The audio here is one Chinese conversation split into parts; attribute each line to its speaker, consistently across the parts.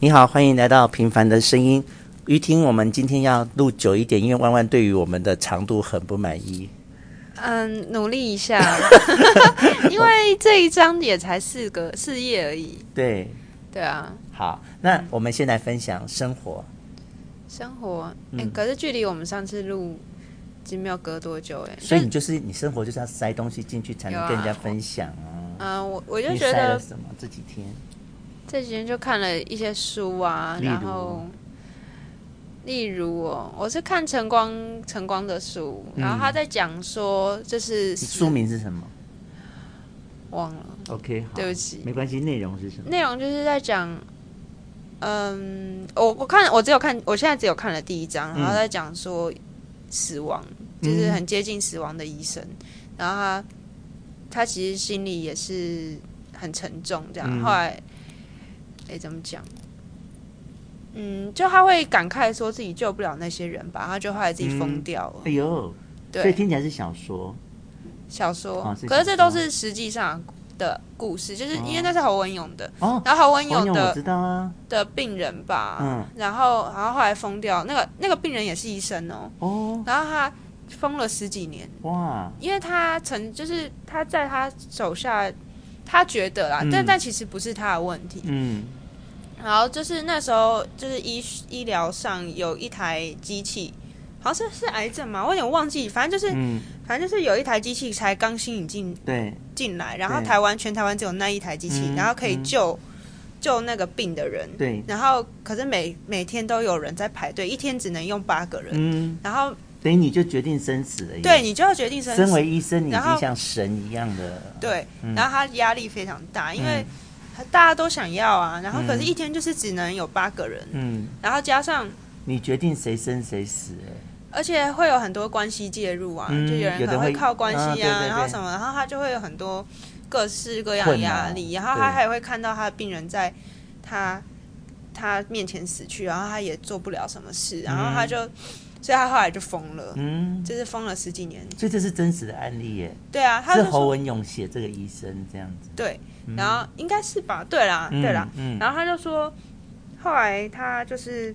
Speaker 1: 你好，欢迎来到《平凡的声音》。于婷，我们今天要录久一点，因为弯弯对于我们的长度很不满意。
Speaker 2: 嗯，努力 一下，因为这一章也才四个四页而已。
Speaker 1: 对，
Speaker 2: 对啊，
Speaker 1: 好，那我们先来分享生活。
Speaker 2: 嗯生活，哎、
Speaker 1: 嗯
Speaker 2: 可是距离我们上次录已经没有隔多久哎、
Speaker 1: 所以
Speaker 2: 就
Speaker 1: 你就是你生活就是要塞东西进去才能
Speaker 2: 有啊
Speaker 1: 跟人家分享啊。
Speaker 2: 嗯、我我就
Speaker 1: 你
Speaker 2: 觉
Speaker 1: 塞了
Speaker 2: 得
Speaker 1: 什么？这几天
Speaker 2: 这几天就看了一些书啊，
Speaker 1: 例如
Speaker 2: 然后。例如哦，我是看晨光晨光的书，然后他在讲说，就是
Speaker 1: 你嗯书名是什么
Speaker 2: 忘了，
Speaker 1: ？OK，好
Speaker 2: 对不起
Speaker 1: 没关系。内容是什么？
Speaker 2: 内容就是在讲，嗯，我我看我只有看，我现在只有看了第一章，
Speaker 1: 嗯
Speaker 2: 然后在讲说死亡，就是很接近死亡的医生，然后他他其实心里也是很沉重，这样、
Speaker 1: 嗯
Speaker 2: 后来，哎、怎么讲？嗯，就他会感慨说自己救不了那些人吧，他就后来自己疯
Speaker 1: 嗯
Speaker 2: 掉了。
Speaker 1: 哎呦，所以
Speaker 2: 对，
Speaker 1: 听起来是小说。
Speaker 2: 小说，
Speaker 1: 哦是
Speaker 2: 可是
Speaker 1: 小
Speaker 2: 这都
Speaker 1: 说
Speaker 2: 是实际上的故事，就是因
Speaker 1: 哦
Speaker 2: 为那是侯文勇的，
Speaker 1: 哦，
Speaker 2: 然后侯文
Speaker 1: 黄勇
Speaker 2: 勇的啊
Speaker 1: 我知道啊。
Speaker 2: 的病人吧，
Speaker 1: 嗯
Speaker 2: 然后然后后来疯掉，那个那个病人也是医生哦，
Speaker 1: 哦，
Speaker 2: 然后他疯了十几年，
Speaker 1: 哇，
Speaker 2: 因为他曾就是他在他手下，他觉得啦，
Speaker 1: 嗯
Speaker 2: 但但其实不是他的问题，
Speaker 1: 嗯
Speaker 2: 然后就是那时候就是医医疗上有一台机器。好像是是癌症嘛，我有点忘记，反正就是、
Speaker 1: 嗯，
Speaker 2: 反正就是有一台机器才刚新引进
Speaker 1: 对，
Speaker 2: 进来，然后
Speaker 1: 对
Speaker 2: 台湾全台湾只有那一台机器，
Speaker 1: 嗯
Speaker 2: 然后可以
Speaker 1: 嗯
Speaker 2: 救、救那个病的人，
Speaker 1: 对，
Speaker 2: 然后可是每每天都有人在排队，一天只能用八个人，
Speaker 1: 嗯，
Speaker 2: 然后
Speaker 1: 所以你就决定生死了耶。
Speaker 2: 对你就要决定生
Speaker 1: 身
Speaker 2: 死，
Speaker 1: 为医生，你已
Speaker 2: 然后
Speaker 1: 经像神一样的。
Speaker 2: 对，
Speaker 1: 嗯
Speaker 2: 然后他压力非常大，因为大家都想要啊，然后可是一天就是只能有八个人，
Speaker 1: 嗯，
Speaker 2: 然后加上
Speaker 1: 你决定谁生谁死，哎
Speaker 2: 而且会有很多关系介入啊，
Speaker 1: 嗯
Speaker 2: 就有人可能
Speaker 1: 有的会
Speaker 2: 靠关系
Speaker 1: 啊对对对
Speaker 2: 然后什么，然后他就会有很多各式各样的压力，
Speaker 1: 困
Speaker 2: 然
Speaker 1: 扰
Speaker 2: 后他
Speaker 1: 嗯对
Speaker 2: 还会看到他的病人在他他面前死去，然后他也做不了什么事，然后他就，所以他后来就疯了。
Speaker 1: 嗯，
Speaker 2: 就是疯了十几年。
Speaker 1: 所以这是真实的案例耶，
Speaker 2: 对啊，他
Speaker 1: 是
Speaker 2: 就
Speaker 1: 侯
Speaker 2: 说
Speaker 1: 文勇写这个医生这样子。
Speaker 2: 对，然后应该是吧？对啦，
Speaker 1: 嗯
Speaker 2: 对啦。
Speaker 1: 嗯
Speaker 2: 然后他就说，后来他就是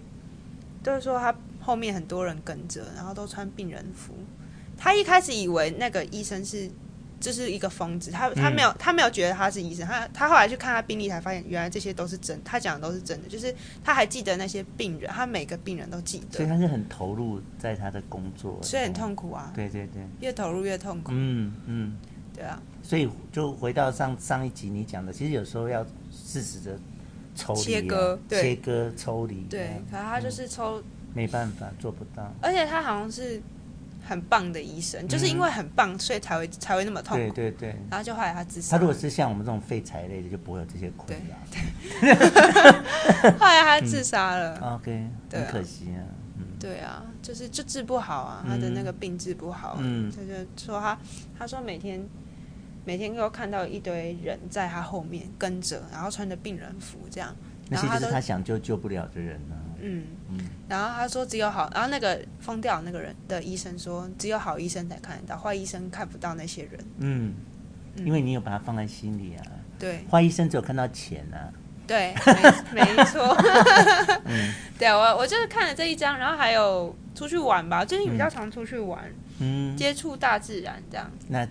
Speaker 2: 就是说他后面很多人跟着，然后都穿病人服。他一开始以为那个医生是就是一个疯子，他他
Speaker 1: 嗯
Speaker 2: 没有、他没有觉得他是医生，他他后来去看他病历才发现，原来这些都是真，他讲的都是真的，就是他还记得那些病人，他每个病人都记
Speaker 1: 所以
Speaker 2: 得，
Speaker 1: 他是很投入在他的工作，
Speaker 2: 所以很。痛苦啊，
Speaker 1: 对对对，
Speaker 2: 越投入越痛苦，
Speaker 1: 嗯嗯，
Speaker 2: 对啊，
Speaker 1: 所以就回到上上一集你讲的，其实有时候要适时的抽离啊、
Speaker 2: 切割对
Speaker 1: 切割抽离、啊，
Speaker 2: 对，可是他就是抽
Speaker 1: 没办法做不到。
Speaker 2: 而且他好像是很棒的医生，就是因为很棒，所以才会才会那么痛
Speaker 1: 嗯对
Speaker 2: 苦。
Speaker 1: 对对，
Speaker 2: 然后就后来他自杀，
Speaker 1: 他如果是像我们这种废材类的，就不会有这些困扰。
Speaker 2: 后来他
Speaker 1: 嗯
Speaker 2: 自杀了。
Speaker 1: OK，
Speaker 2: 对啊
Speaker 1: 很可惜啊。嗯
Speaker 2: 对啊，就是就治不好啊，他的那个病治不好、啊
Speaker 1: 嗯
Speaker 2: 他就说他他说每天每天都看到一堆人在他后面跟着，然后穿着病人服这样，
Speaker 1: 那
Speaker 2: 然后
Speaker 1: 些
Speaker 2: 他
Speaker 1: 就
Speaker 2: 都
Speaker 1: 是他想救救不了的人呢、啊。
Speaker 2: 嗯
Speaker 1: 嗯，
Speaker 2: 然后他说只有好，然后那个疯掉的那个人的医生说只有好医生才看得到，坏医生看不到那些人。
Speaker 1: 嗯，
Speaker 2: 嗯
Speaker 1: 因为你有把它放在心里啊。
Speaker 2: 对，
Speaker 1: 花医生只有看到钱啊。
Speaker 2: 对，没没错。
Speaker 1: 嗯
Speaker 2: 对我，我就是看了这一章，然后还有出去玩吧，最近比较常出去玩，
Speaker 1: 嗯，
Speaker 2: 接触大自然这样。
Speaker 1: 那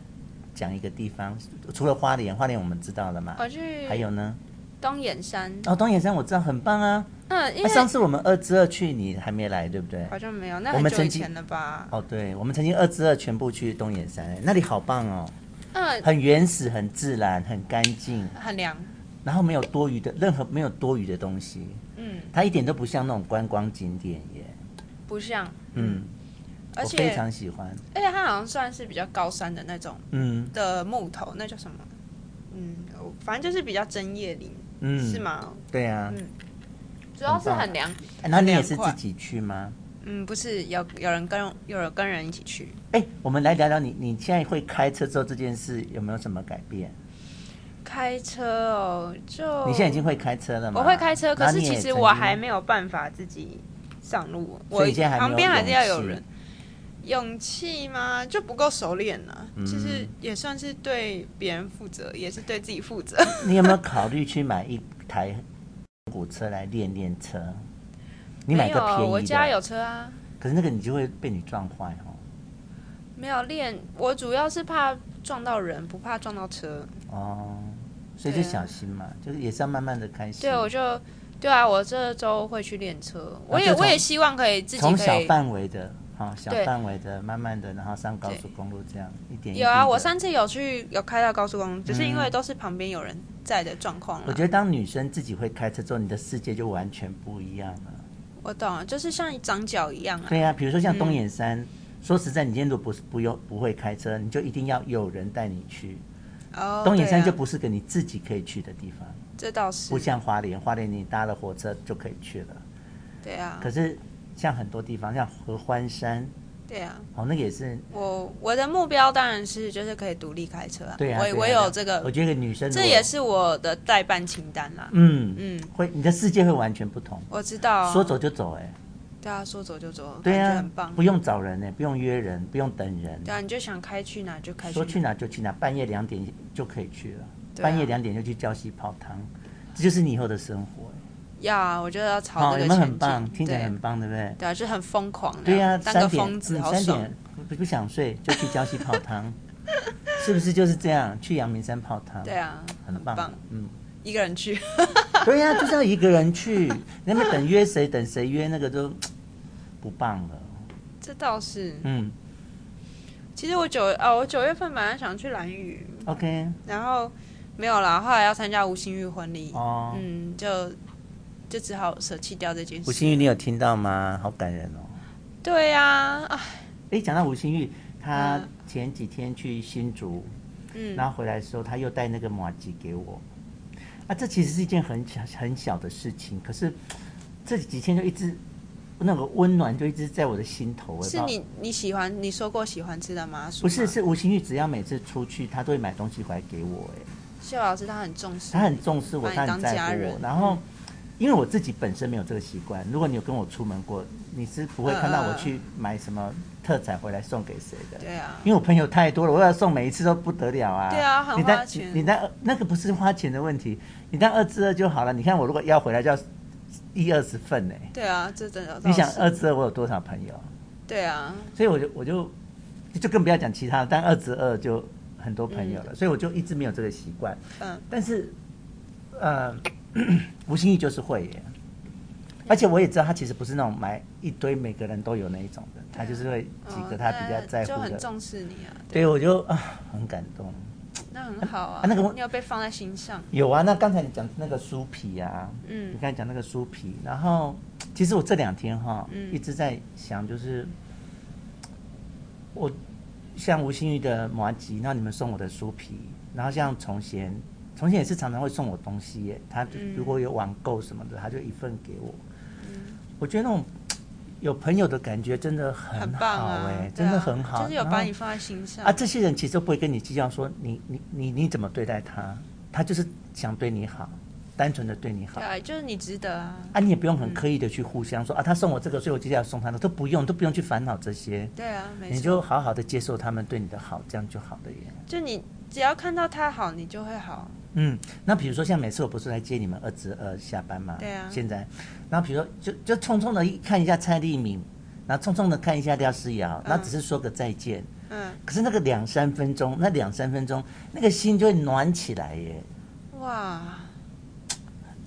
Speaker 1: 讲一个地方，除了花莲，花莲我们知道了嘛。
Speaker 2: 我去
Speaker 1: 还有呢？
Speaker 2: 东眼山，
Speaker 1: 哦，东眼山我知道很棒啊。
Speaker 2: 嗯，因
Speaker 1: 那、上
Speaker 2: 为
Speaker 1: 次我们二之二去，你还没来，对不对？
Speaker 2: 好像没有，那
Speaker 1: 我
Speaker 2: 很
Speaker 1: 们
Speaker 2: 久
Speaker 1: 曾
Speaker 2: 以
Speaker 1: 经
Speaker 2: 前了吧？
Speaker 1: 哦，对，我们曾经二之二全部去东眼山，那里好棒哦，
Speaker 2: 嗯，
Speaker 1: 很原始、很自然、很干净，
Speaker 2: 很凉，
Speaker 1: 然后没有多余的任何没有多余的东西，
Speaker 2: 嗯，
Speaker 1: 它一点都不像那种观光景点耶。
Speaker 2: 不像，
Speaker 1: 嗯，
Speaker 2: 而
Speaker 1: 我
Speaker 2: 且
Speaker 1: 非常喜欢。
Speaker 2: 而且它好像算是比较高山的那种
Speaker 1: 嗯
Speaker 2: 的木头，那叫什么？嗯，我反正就是比较针叶林，
Speaker 1: 嗯，
Speaker 2: 是？吗？
Speaker 1: 对啊。
Speaker 2: 嗯主要是
Speaker 1: 很棒
Speaker 2: 很凉，
Speaker 1: 哎那你也
Speaker 2: 很
Speaker 1: 是
Speaker 2: 凉快
Speaker 1: 自己去吗？
Speaker 2: 嗯，不是有有人跟有人跟人一起去，
Speaker 1: 哎，我们来聊聊你你现在会开车之后这件事有没有什么改变？
Speaker 2: 开车哦，就
Speaker 1: 你现在已经会开车了吗？
Speaker 2: 我会开车，可
Speaker 1: 然后
Speaker 2: 是
Speaker 1: 你也
Speaker 2: 其实
Speaker 1: 曾
Speaker 2: 我
Speaker 1: 经
Speaker 2: 还没有办法自己上路，我
Speaker 1: 所以你现在还没有
Speaker 2: 旁边还是要有
Speaker 1: 勇气
Speaker 2: 人。勇气吗？就不够熟练了、
Speaker 1: 嗯
Speaker 2: 其实也算是对别人负责，也是对自己负责。
Speaker 1: 你有没有考虑去买一台古车来练练车。你买个
Speaker 2: 没有，我
Speaker 1: 便宜
Speaker 2: 家
Speaker 1: 的，
Speaker 2: 有车啊。
Speaker 1: 可是那个你就会被你撞坏哦。
Speaker 2: 没有练，我主要是怕撞到人，不怕撞到车。
Speaker 1: 哦，所以就
Speaker 2: 对啊
Speaker 1: 小心嘛，就是也是要慢慢的开始。
Speaker 2: 对，我就对啊，我这周会去练车。我也
Speaker 1: 啊就从
Speaker 2: 我也希望可以自己
Speaker 1: 从
Speaker 2: 可
Speaker 1: 小
Speaker 2: 以。
Speaker 1: 范围的，哈、小
Speaker 2: 对
Speaker 1: 范围的，慢慢的，然后上高速公路这样一点一滴
Speaker 2: 有啊，
Speaker 1: 地
Speaker 2: 我上次有去有开到高速公路，只是因为都是旁边有人在的状况
Speaker 1: 我
Speaker 2: 了。
Speaker 1: 觉得当女生自己会开车之后，你的世界就完全不一样了。
Speaker 2: 我懂了，就是像长脚一样啊。
Speaker 1: 对啊，比如说像东眼山，说实在，你今天如果不是不用不会开车，你就一定要有人带你去。
Speaker 2: 哦，
Speaker 1: 东眼
Speaker 2: 对
Speaker 1: 山
Speaker 2: 啊
Speaker 1: 就不是个你自己可以去的地方，
Speaker 2: 这倒是
Speaker 1: 不像花莲，花莲你搭了火车就可以去了。
Speaker 2: 对啊
Speaker 1: 可，是像很多地方，像合欢山，
Speaker 2: 对啊。
Speaker 1: 哦，那个也是
Speaker 2: 我我的目标当然是就是可以独立开车啊。
Speaker 1: 对啊。对啊
Speaker 2: 我我
Speaker 1: 对啊
Speaker 2: 有这
Speaker 1: 我
Speaker 2: 个，
Speaker 1: 觉得女生如果
Speaker 2: 这也是我的代办清单啦。
Speaker 1: 嗯
Speaker 2: 嗯，
Speaker 1: 会你的世界会完全不同，
Speaker 2: 我知道啊。
Speaker 1: 说走就走哎、
Speaker 2: 对啊，说走就走，
Speaker 1: 对
Speaker 2: 感觉
Speaker 1: 啊
Speaker 2: 很，棒
Speaker 1: 不。用找人呢、不用约人，不用等人，
Speaker 2: 对啊，你就想开去哪就开去
Speaker 1: 说
Speaker 2: 哪。
Speaker 1: 去哪就去哪，半夜两点就可以去了，
Speaker 2: 对啊
Speaker 1: 半夜两点就去礁溪泡汤，这就是你以后的生活、欸。
Speaker 2: 要啊，我觉得要朝
Speaker 1: 好，
Speaker 2: 这
Speaker 1: 有
Speaker 2: 个
Speaker 1: 没有
Speaker 2: 前
Speaker 1: 很
Speaker 2: 进。
Speaker 1: 棒？听起来
Speaker 2: 对
Speaker 1: 很棒，对不对？
Speaker 2: 对啊，就很疯狂。
Speaker 1: 对
Speaker 2: 呀、
Speaker 1: 呀、
Speaker 2: 当
Speaker 1: 三
Speaker 2: 个
Speaker 1: 点
Speaker 2: 疯子
Speaker 1: 嗯
Speaker 2: 好
Speaker 1: 三
Speaker 2: 爽
Speaker 1: 点。不不想睡就去礁溪泡汤， 是不是就是这样？去阳明山泡汤，
Speaker 2: 对啊，
Speaker 1: 很棒，
Speaker 2: 棒。
Speaker 1: 嗯。
Speaker 2: 一个人去，
Speaker 1: 对呀、就是要一个人去， 那边等约谁，等谁约那个都不棒了。
Speaker 2: 这倒是。
Speaker 1: 嗯
Speaker 2: 其实我九啊，我九月份本来想去蓝屿，
Speaker 1: ，OK，
Speaker 2: 然后没有啦，后来要参加吴新玉婚礼，
Speaker 1: 哦，
Speaker 2: 嗯，就就只好舍弃掉这件
Speaker 1: 吴
Speaker 2: 事。
Speaker 1: 心玉，你有听到吗？好感人哦。
Speaker 2: 对呀、啊，啊，
Speaker 1: 哎，讲到吴心玉，他
Speaker 2: 嗯
Speaker 1: 前几天去新竹，
Speaker 2: 嗯，
Speaker 1: 然后回来的时候，他又带那个马吉给我。啊，这其实是一件很小很小的事情，可是这几天就一直那个温暖就一直在我的心头。我也不知
Speaker 2: 是
Speaker 1: 道
Speaker 2: 你你喜欢你说过喜欢吃的麻薯吗？
Speaker 1: 不是，是吴心玉，只要每次出去，他都会买东西回来给我。哎，
Speaker 2: 谢老师他很重视，
Speaker 1: 他很重视我，
Speaker 2: 把你
Speaker 1: 他
Speaker 2: 当
Speaker 1: 很在
Speaker 2: 家
Speaker 1: 乎
Speaker 2: 人
Speaker 1: 我。然后，因为我自己本身没有这个习惯，如果你有跟我出门过，你是不会看到
Speaker 2: 嗯
Speaker 1: 我去买什么特产回来送给谁的。
Speaker 2: 对 啊，
Speaker 1: 因为我朋友太多了，我要送每一次都不得了啊！
Speaker 2: 对啊很
Speaker 1: 你
Speaker 2: 花
Speaker 1: 带
Speaker 2: 钱
Speaker 1: 你带那个不是花钱的问题，你带二至二就好了。你看我如果要回来就要一二十份呢、
Speaker 2: 对啊，这真的。
Speaker 1: 你想二至二我有多少朋友？
Speaker 2: 对啊，
Speaker 1: 所以我就我就就更不要讲其他的，但二至二就很多朋友了，所以我就一直没有这个习惯。
Speaker 2: 嗯，
Speaker 1: 但是，呃， 吴心玉就是会耶，而且我也知道他其实不是那种买一堆每个人都有那一种的，他就是会几
Speaker 2: 哦
Speaker 1: 个他比较
Speaker 2: 那
Speaker 1: 在
Speaker 2: 就
Speaker 1: 乎
Speaker 2: 很
Speaker 1: 的。
Speaker 2: 重视你啊，
Speaker 1: 对，我就啊很感动。
Speaker 2: 那很好啊
Speaker 1: 啊，那个我
Speaker 2: 你有被放在心上，
Speaker 1: 有啊，那刚才你讲那个酥皮啊，你
Speaker 2: 嗯
Speaker 1: 刚才讲那个酥皮，然后其实我这两天哈、
Speaker 2: 嗯
Speaker 1: 一直在想，就是我像吴心玉的麻吉，然后你们送我的酥皮，然后像从贤，从贤也是常常会送我东西耶，他
Speaker 2: 嗯
Speaker 1: 如果有网购什么的，他就一份给我。
Speaker 2: 嗯
Speaker 1: 我觉得那种有朋友的感觉真的很
Speaker 2: 很
Speaker 1: 好
Speaker 2: 棒啊
Speaker 1: 哎、，
Speaker 2: 对啊
Speaker 1: 真的很好，
Speaker 2: 就是有
Speaker 1: 然后
Speaker 2: 把你放在心上
Speaker 1: 啊，这些人其实都不会跟你计较说你你你你怎么对待他，他就是想对你好，单纯的对你好
Speaker 2: 对。啊，就是你值得啊，
Speaker 1: 啊，你也不用很刻意的去互相说啊，他送我这个，所以我接下来送他的，都不用，都不用去烦恼这些，
Speaker 2: 对啊，没
Speaker 1: 你
Speaker 2: 错，
Speaker 1: 就好好的接受他们对你的好，这样就好了耶。
Speaker 2: 就你只要看到他好，你就会好，
Speaker 1: 嗯，那比如说像每次我不是来接你们二侄儿下班嘛，
Speaker 2: 对啊
Speaker 1: 现在，然后比如说就就匆匆的看一下蔡丽敏，然后匆匆的看一下廖思瑶，然后只是说个再见，
Speaker 2: 嗯，
Speaker 1: 可是那个两三分钟，那两三分钟，那个心就会暖起来耶。
Speaker 2: 哇，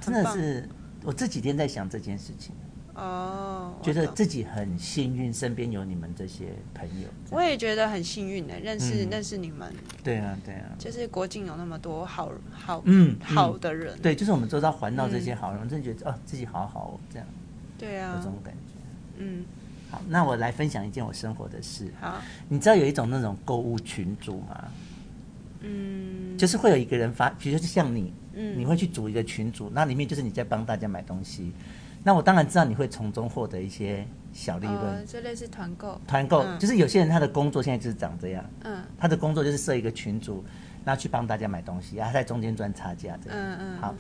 Speaker 1: 真
Speaker 2: 很
Speaker 1: 的
Speaker 2: 棒
Speaker 1: 是，我这几天在想这件事情，
Speaker 2: 哦，我
Speaker 1: 觉得
Speaker 2: 懂
Speaker 1: 自己很幸运，身边有你们这些朋友。
Speaker 2: 我也觉得很幸运的，认识
Speaker 1: 嗯
Speaker 2: 认识你们，
Speaker 1: 对啊，对啊，
Speaker 2: 就是国境有那么多好好
Speaker 1: 嗯嗯
Speaker 2: 好的人，
Speaker 1: 对，就是我们周遭环绕这些好人，我真的觉得
Speaker 2: 嗯
Speaker 1: 哦，自己好好哦，这样
Speaker 2: 对
Speaker 1: 有这
Speaker 2: 啊，
Speaker 1: 种感觉。
Speaker 2: 嗯，
Speaker 1: 好，那我来分享一件我生活的事。
Speaker 2: 好，
Speaker 1: 你知道有一种那种购物群组吗？
Speaker 2: 嗯
Speaker 1: 就是会有一个人发，比如说就像你，
Speaker 2: 嗯
Speaker 1: 你会去组一个群组，那里面就是你在帮大家买东西。那我当然知道你会从中获得一些小利
Speaker 2: 呃，
Speaker 1: 润。
Speaker 2: 这类似团购，
Speaker 1: 团购
Speaker 2: 嗯
Speaker 1: 就是有些人他的工作现在就是长这样，
Speaker 2: 嗯
Speaker 1: 他的工作就是设一个群组，然后去帮大家买东西，然后在中间赚差价这样。
Speaker 2: 嗯嗯，
Speaker 1: 好，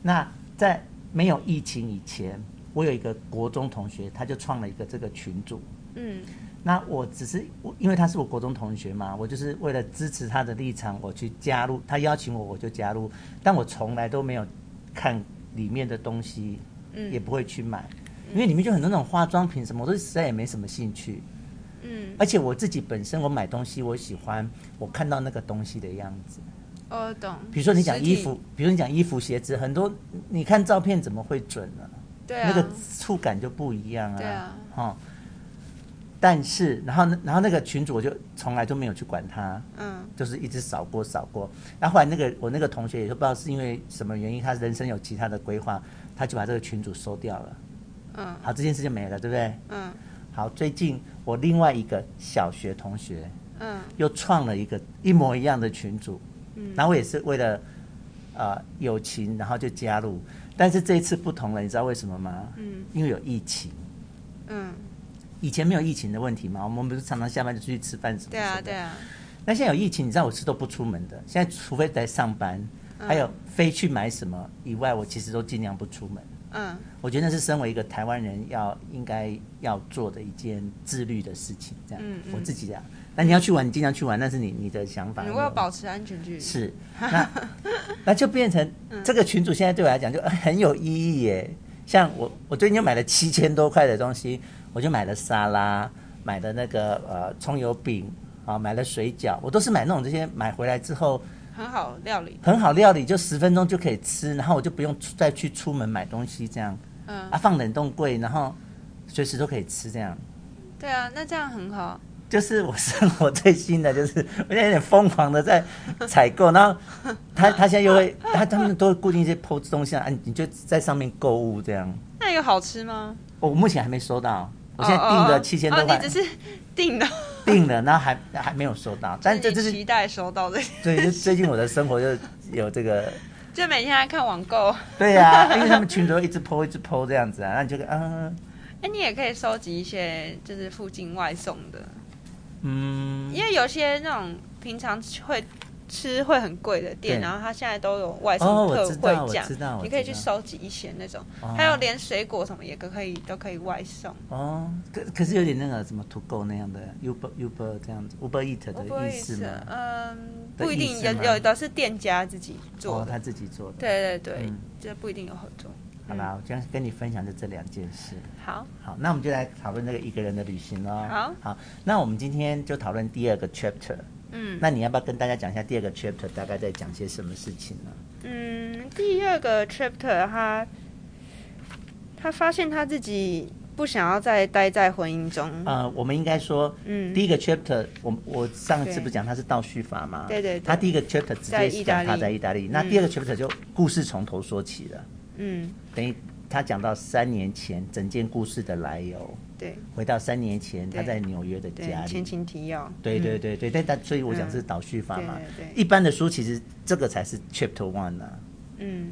Speaker 1: 那在没有疫情以前，我有一个国中同学，他就创了一个这个群组。
Speaker 2: 嗯
Speaker 1: 那我只是我因为他是我国中同学嘛，我就是为了支持他的立场，我去加入。他邀请我，我就加入，但我从来都没有看里面的东西，
Speaker 2: 嗯
Speaker 1: 也不会去买，因为里面就很多那种化妆品什么，我都实在也没什么兴趣。
Speaker 2: 嗯，
Speaker 1: 而且我自己本身我买东西，我喜欢我看到那个东西的样子。
Speaker 2: 哦，懂。
Speaker 1: 比如说你讲
Speaker 2: 实体
Speaker 1: 衣服，，比如你讲衣服、鞋子，很多你看照片怎么会准呢、
Speaker 2: 对啊，
Speaker 1: 那个触感就不一样啊。
Speaker 2: 对啊，
Speaker 1: 哦。但是，然后，然后那个群主我就从来都没有去管他，
Speaker 2: 嗯
Speaker 1: 就是一直扫过扫过。然后后来那个我那个同学也就不知道是因为什么原因，他人生有其他的规划，他就把这个群主收掉了。
Speaker 2: 嗯
Speaker 1: 好，这件事就没了，对不对？
Speaker 2: 嗯
Speaker 1: 好，最近我另外一个小学同学
Speaker 2: 嗯
Speaker 1: 又创了一个一模一样的群组，嗯，然后我也是为了呃友情，然后就加入，但是这一次不同了，你知道为什么吗？
Speaker 2: 嗯，
Speaker 1: 因为有疫情，
Speaker 2: 嗯，
Speaker 1: 以前没有疫情的问题嘛，我们不是常常下班就出去吃饭什么
Speaker 2: 对啊
Speaker 1: 什么的
Speaker 2: 对啊，
Speaker 1: 那现在有疫情，你知道我是都不出门的，现在除非在上班，
Speaker 2: 嗯
Speaker 1: 还有非去买什么以外，我其实都尽量不出门。
Speaker 2: 嗯
Speaker 1: 我觉得那是身为一个台湾人要应该要做的一件自律的事情，这样、
Speaker 2: 嗯嗯
Speaker 1: 我自己这样。那你要去玩，你尽量去玩，那是你你的想法。
Speaker 2: 如果要保持安全距离，
Speaker 1: 是，那那就变成这个群主现在对我来讲就呃很有意义耶。像我，我最近就买了七千多块的东西，我就买了沙拉，买了那个呃葱油饼啊，买了水饺，我都是买那种这些买回来之后
Speaker 2: 很好料理，
Speaker 1: 很好料理，就十分钟就可以吃，然后我就不用出再去出门买东西这样
Speaker 2: 嗯，
Speaker 1: 啊，放冷冻柜，然后随时都可以吃这样。
Speaker 2: 对啊，那这样很好，
Speaker 1: 就是我生活最新的，就是我现在有点疯狂的在采购，然后他他现在又会，他他们都会固定一些 PO 东西啊，你你就在上面购物这样。哦
Speaker 2: 那有好吃吗？
Speaker 1: 我目前还没收到，我
Speaker 2: 哦
Speaker 1: 现在订
Speaker 2: 哦
Speaker 1: 了
Speaker 2: 哦
Speaker 1: 七千
Speaker 2: 哦
Speaker 1: 多块
Speaker 2: 你，只是订的，
Speaker 1: 订了，然后还还没有收到。 但这
Speaker 2: 你
Speaker 1: 这是
Speaker 2: 期待收到的，
Speaker 1: 对，就最近我的生活就有这个，
Speaker 2: 就每天在看网购。
Speaker 1: 对呀、因为他们群主会一直 PO 一直 PO 这样子啊，那你就嗯
Speaker 2: 哎，你也可以收集一些就是附近外送的，
Speaker 1: 嗯，
Speaker 2: 因为有些那种平常会吃会很贵的店，
Speaker 1: 对
Speaker 2: 然后它现在都有外
Speaker 1: 哦
Speaker 2: 送
Speaker 1: 我
Speaker 2: 特
Speaker 1: 知道
Speaker 2: 惠
Speaker 1: 我
Speaker 2: 价
Speaker 1: 知道，我
Speaker 2: 你可以
Speaker 1: 知
Speaker 2: 去
Speaker 1: 道
Speaker 2: 收集一些那种，
Speaker 1: 哦
Speaker 2: 还有连水果什么也都可以都可以外送。
Speaker 1: 哦，可可是有点那个什么土狗那样的 Uber Uber 这样子 Uber Eat
Speaker 2: 我不好
Speaker 1: 的意
Speaker 2: 意
Speaker 1: 思哦
Speaker 2: 思
Speaker 1: 嘛，，
Speaker 2: 嗯，
Speaker 1: 的
Speaker 2: 不一
Speaker 1: 意
Speaker 2: 定
Speaker 1: 思
Speaker 2: 有
Speaker 1: 吗
Speaker 2: 有的是店家自己做
Speaker 1: 哦，他
Speaker 2: 的，
Speaker 1: 自己做的。
Speaker 2: 对对对
Speaker 1: 嗯，
Speaker 2: 这不一定有合作。嗯
Speaker 1: 好啦，我今天跟你分享的这两件事。
Speaker 2: 好，
Speaker 1: 好，那我们就来讨论这个一个人的旅行喽。
Speaker 2: 好
Speaker 1: 好，那我们今天就讨论第二个 chapter。
Speaker 2: 嗯
Speaker 1: 那你要不要跟大家讲一下第二个 chapter 大概在讲些什么事情呢？
Speaker 2: 嗯，第二个 chapter 他他发现他自己不想要再待在婚姻中，
Speaker 1: 呃，我们应该说，
Speaker 2: 嗯
Speaker 1: 第一个 chapter，我我上次
Speaker 2: 对
Speaker 1: 不是讲它是倒叙法吗？
Speaker 2: 对对对
Speaker 1: 他第一个 chapter 直接是讲他在
Speaker 2: 在
Speaker 1: 意
Speaker 2: 意
Speaker 1: 大
Speaker 2: 大
Speaker 1: 利，
Speaker 2: 利
Speaker 1: 那
Speaker 2: 嗯
Speaker 1: 第二个 chapter 就故事从头说起了，
Speaker 2: 嗯，
Speaker 1: 等于他讲到三年前整件故事的来由，
Speaker 2: 对
Speaker 1: 回到三年前他
Speaker 2: 对
Speaker 1: 在纽约的
Speaker 2: 对
Speaker 1: 家，里，
Speaker 2: 前情提要，
Speaker 1: 对对
Speaker 2: 嗯，
Speaker 1: 对对，但但所以我讲是倒叙法嘛。
Speaker 2: 嗯对对对
Speaker 1: 一般的书其实这个才是 chapter one 啊，
Speaker 2: 嗯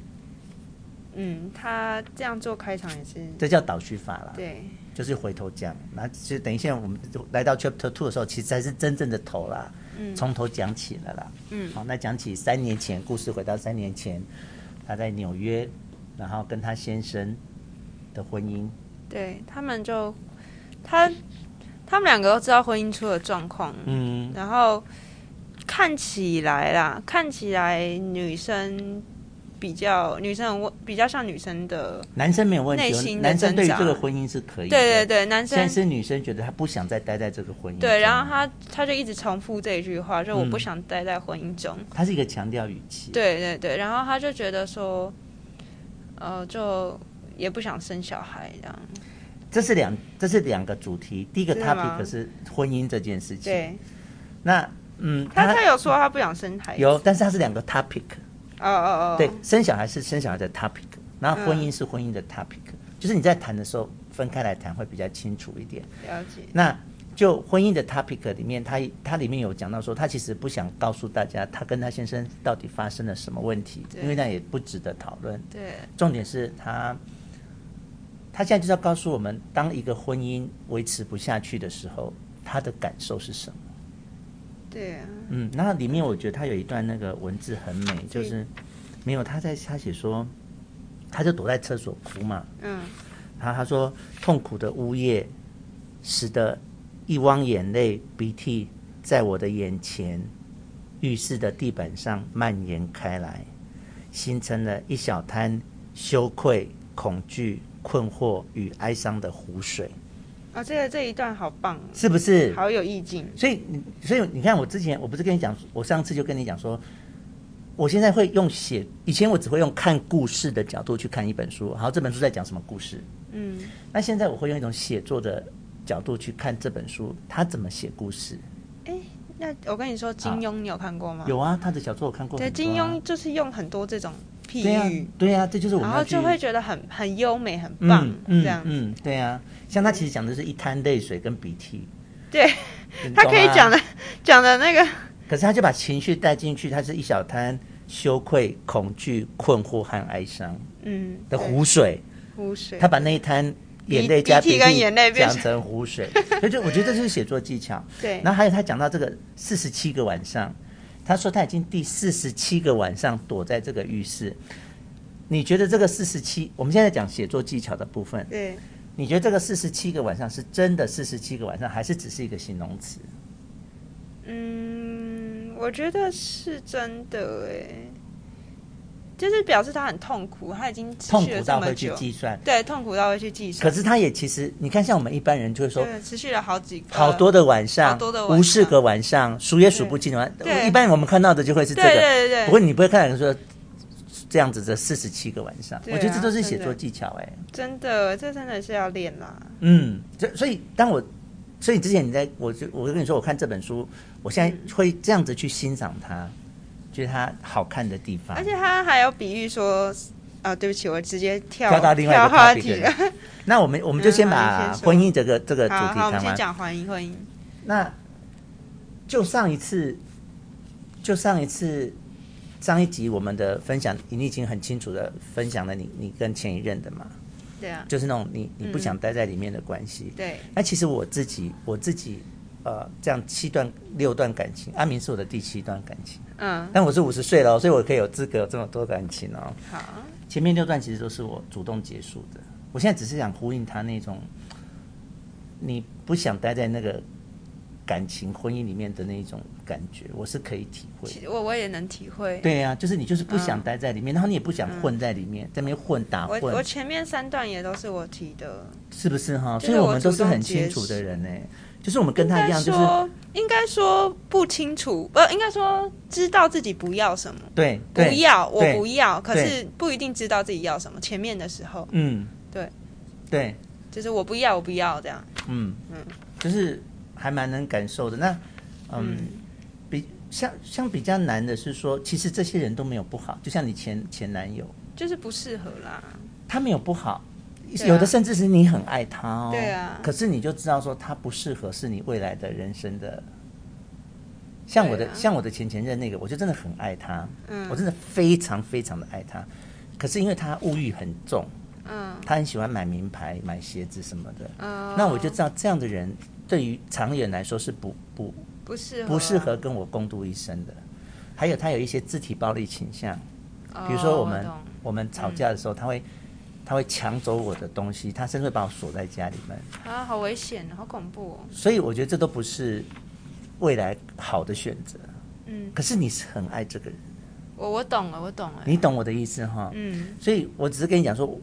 Speaker 2: 嗯，他这样做开场也是，
Speaker 1: 这叫倒叙法啦，
Speaker 2: 对
Speaker 1: 就是回头讲。那其实等一下我们就来到 chapter two 的时候，其实才是真正的头啦，从头讲起了啦。
Speaker 2: 嗯
Speaker 1: 好，那讲起三年前故事，回到三年前，他在纽约，然后跟他先生的婚姻，
Speaker 2: 对，他们就他他们两个都知道婚姻出了状况，
Speaker 1: 嗯，
Speaker 2: 然后看起来啦，看起来女生比较女生很温比较像女生的，
Speaker 1: 男生没有问
Speaker 2: 内
Speaker 1: 题，哦
Speaker 2: 心的
Speaker 1: 男生对于
Speaker 2: 挣扎
Speaker 1: 这个婚姻是可以的，
Speaker 2: 对对对，男
Speaker 1: 现在是
Speaker 2: 生
Speaker 1: 女生觉得她不想再待在这个婚姻中，
Speaker 2: 对，然后他他就一直重复这一句话，就我
Speaker 1: 嗯
Speaker 2: 不想待在婚姻中，
Speaker 1: 她是一个强调语气，
Speaker 2: 对对对，然后他就觉得说，呃，就也不想生小孩这样，
Speaker 1: 这是两，这是两个主题。第一个
Speaker 2: 真的吗
Speaker 1: topic 是婚姻这件事情。
Speaker 2: 对
Speaker 1: 那嗯，
Speaker 2: 他
Speaker 1: 它
Speaker 2: 他有说他不想生孩子，
Speaker 1: 有，但是它是两个 topic。
Speaker 2: 哦哦哦，
Speaker 1: 对，生小孩是生小孩的 topic，然后婚姻是婚姻的 topic，、就是你在谈的时候分开来谈会比较清楚一点。
Speaker 2: 了解，
Speaker 1: 那就婚姻的 topic 里面，它它里面有讲到说，她其实不想告诉大家她跟她先生到底发生了什么问题，
Speaker 2: 对
Speaker 1: 因为那也不值得讨论。
Speaker 2: 对
Speaker 1: 重点是他，他现在就是要告诉我们，当一个婚姻维持不下去的时候，他的感受是什么？
Speaker 2: 对啊，
Speaker 1: 嗯，那里面我觉得他有一段那个文字很美，就是没有他在他写说，他就躲在厕所哭嘛，
Speaker 2: 嗯
Speaker 1: 然后他说痛苦的呜咽，使得一汪眼泪鼻涕在我的眼前，浴室的地板上蔓延开来，形成了一小滩羞愧、恐惧、困惑与哀伤的湖水，
Speaker 2: 啊、这个这一段好棒，哦
Speaker 1: 是不是？
Speaker 2: 好有意境。
Speaker 1: 所以你，所以你看，我之前我不是跟你讲，我上次就跟你讲说，我现在会用写，以前我只会用看故事的角度去看一本书，好，这本书在讲什么故事？
Speaker 2: 嗯，
Speaker 1: 那现在我会用一种写作的角度去看这本书，他怎么写故事？
Speaker 2: 那我跟你说，金庸你有看过吗？
Speaker 1: 有啊，他的小说我看过很多啊、
Speaker 2: 对，金庸就是用很多这种譬
Speaker 1: 对呀、啊
Speaker 2: 喻，
Speaker 1: 对呀、这就是我们
Speaker 2: 然
Speaker 1: 要
Speaker 2: 后
Speaker 1: 去
Speaker 2: 就会觉得很很优美、很棒，
Speaker 1: 嗯
Speaker 2: 这样。
Speaker 1: 嗯，嗯对啊，像他其实讲的是一滩泪水跟鼻涕，
Speaker 2: 对
Speaker 1: 你
Speaker 2: 他
Speaker 1: 懂啊
Speaker 2: 可以
Speaker 1: 吗
Speaker 2: 讲的讲的那个，
Speaker 1: 可是他就把情绪带进去，他是一小滩羞愧、恐惧、困惑和哀伤
Speaker 2: 嗯，
Speaker 1: 的
Speaker 2: 对
Speaker 1: 湖水，
Speaker 2: 湖水，
Speaker 1: 他把那一滩眼泪加
Speaker 2: 鼻
Speaker 1: 鼻
Speaker 2: 涕跟眼泪变
Speaker 1: 讲
Speaker 2: 成
Speaker 1: 成湖 水，所以就我觉得这就是写作技巧。
Speaker 2: 对
Speaker 1: 然后还有他讲到这个四十七个晚上，他说他已经第四十七个晚上躲在这个浴室。你觉得这个四十七？我们现在讲写作技巧的部分，
Speaker 2: 对，
Speaker 1: 你觉得这个四十七个晚上是真的四十七个晚上，还是只是一个形容词？
Speaker 2: 嗯，我觉得是真的哎，就是表示他很痛苦，他已经持
Speaker 1: 痛
Speaker 2: 续
Speaker 1: 苦
Speaker 2: 了这
Speaker 1: 到
Speaker 2: 么
Speaker 1: 会去
Speaker 2: 久，
Speaker 1: 计算。
Speaker 2: 对，痛苦到会去计
Speaker 1: 可
Speaker 2: 算，
Speaker 1: 是他也其实，你看像我们一般人就会说，
Speaker 2: 对，持续了好几个，
Speaker 1: 好多的晚上，
Speaker 2: 好多的晚上
Speaker 1: 无数个晚上，数也数不尽的晚。
Speaker 2: 对
Speaker 1: 一般我们看到的就会是这
Speaker 2: 对
Speaker 1: 个，
Speaker 2: 对对
Speaker 1: 不
Speaker 2: 对，
Speaker 1: 过你不会看到人说这样子的四十七个晚上，
Speaker 2: 对
Speaker 1: 我
Speaker 2: 啊
Speaker 1: 觉得这都是写
Speaker 2: 真
Speaker 1: 作
Speaker 2: 的
Speaker 1: 技巧哎、
Speaker 2: 真的，这真的是要练啦，
Speaker 1: 嗯，所所以当我，所以之前你在我就我跟你说，我看这本书，我现在会这样子去欣赏它，觉得它好看的地方
Speaker 2: 而。且他还有比喻说，啊，对不起，我直接跳
Speaker 1: 跳到另外一个
Speaker 2: 跳话
Speaker 1: topic
Speaker 2: 题
Speaker 1: 了那我们我们就先
Speaker 2: 嗯好
Speaker 1: 把
Speaker 2: 你先说
Speaker 1: 婚姻这个这个主
Speaker 2: 好
Speaker 1: 题
Speaker 2: 好，我们
Speaker 1: 谈
Speaker 2: 先
Speaker 1: 完。
Speaker 2: 讲婚姻婚姻，
Speaker 1: 那就上一次，就上一次上一集我们的分享，你已经很清楚的分享了你你跟前一任的嘛，
Speaker 2: 对啊，
Speaker 1: 就是那种你你不想待在里面的关系。
Speaker 2: 嗯对，
Speaker 1: 那其实我自己我自己呃，这样七段六段感情，阿明是我的第七段感情，
Speaker 2: 嗯，
Speaker 1: 但我是五十岁了哦，所以我可以有资格有这么多感情哦。
Speaker 2: 好，
Speaker 1: 前面六段其实都是我主动结束的，我现在只是想呼应他那种，你不想待在那个感情婚姻里面的那一种感觉，我是可以体会的。
Speaker 2: 其我我也能体会，
Speaker 1: 对呀、就是你就是不想待在里面，然后你也不想混在里面，在那边混打
Speaker 2: 嗯我我
Speaker 1: 混，
Speaker 2: 前面三段也都是我提的，
Speaker 1: 是不是哈？
Speaker 2: 就
Speaker 1: 所以
Speaker 2: 是
Speaker 1: 我
Speaker 2: 我
Speaker 1: 们都
Speaker 2: 主
Speaker 1: 是很
Speaker 2: 动
Speaker 1: 清
Speaker 2: 结
Speaker 1: 楚的
Speaker 2: 束
Speaker 1: 人呢、欸就是我们跟
Speaker 2: 应
Speaker 1: 他
Speaker 2: 该
Speaker 1: 一样，就是
Speaker 2: 说应该说不清楚，不、应该说知道自己不要什么，
Speaker 1: 对
Speaker 2: 不
Speaker 1: 对，
Speaker 2: 要我
Speaker 1: 对
Speaker 2: 不要，可
Speaker 1: 对
Speaker 2: 是不一定知道自己要什么。前面的时候
Speaker 1: 嗯，
Speaker 2: 对
Speaker 1: 对，
Speaker 2: 就是我不要我不要这样，
Speaker 1: 嗯
Speaker 2: 嗯
Speaker 1: 就是还蛮能感受的。那嗯比像像比较难的是说，其实这些人都没有不好，就像你前前男友，
Speaker 2: 就是不适合啦。
Speaker 1: 他没有不好，
Speaker 2: 对啊
Speaker 1: 有的甚至是你很爱他哦，
Speaker 2: 对啊
Speaker 1: 可是你就知道说他不适合是你未来的人生的。像我的、
Speaker 2: 对啊
Speaker 1: 像我的前前任那个，我就真的很爱他，
Speaker 2: 嗯
Speaker 1: 我真的非常非常的爱他，可是因为他物欲很重，
Speaker 2: 嗯
Speaker 1: 他很喜欢买名牌、买鞋子什么的，
Speaker 2: 嗯，
Speaker 1: 那我就知道这样的人对于长远来说是不不
Speaker 2: 不适合，
Speaker 1: 不适合跟我共度一生的。还有他有一些肢体暴力倾向，
Speaker 2: 哦。
Speaker 1: 比如说我们、
Speaker 2: 懂嗯
Speaker 1: 我们吵架的时候，他会他会抢走我的东西，他甚至会把我锁在家里面。
Speaker 2: 啊，好危险，好恐怖、哦。
Speaker 1: 所以我觉得这都不是未来好的选择。
Speaker 2: 嗯，
Speaker 1: 可是你是很爱这个人，
Speaker 2: 我我懂了，我懂了。
Speaker 1: 你？懂我的意思哈？
Speaker 2: 嗯，
Speaker 1: 所以我只是跟你讲说，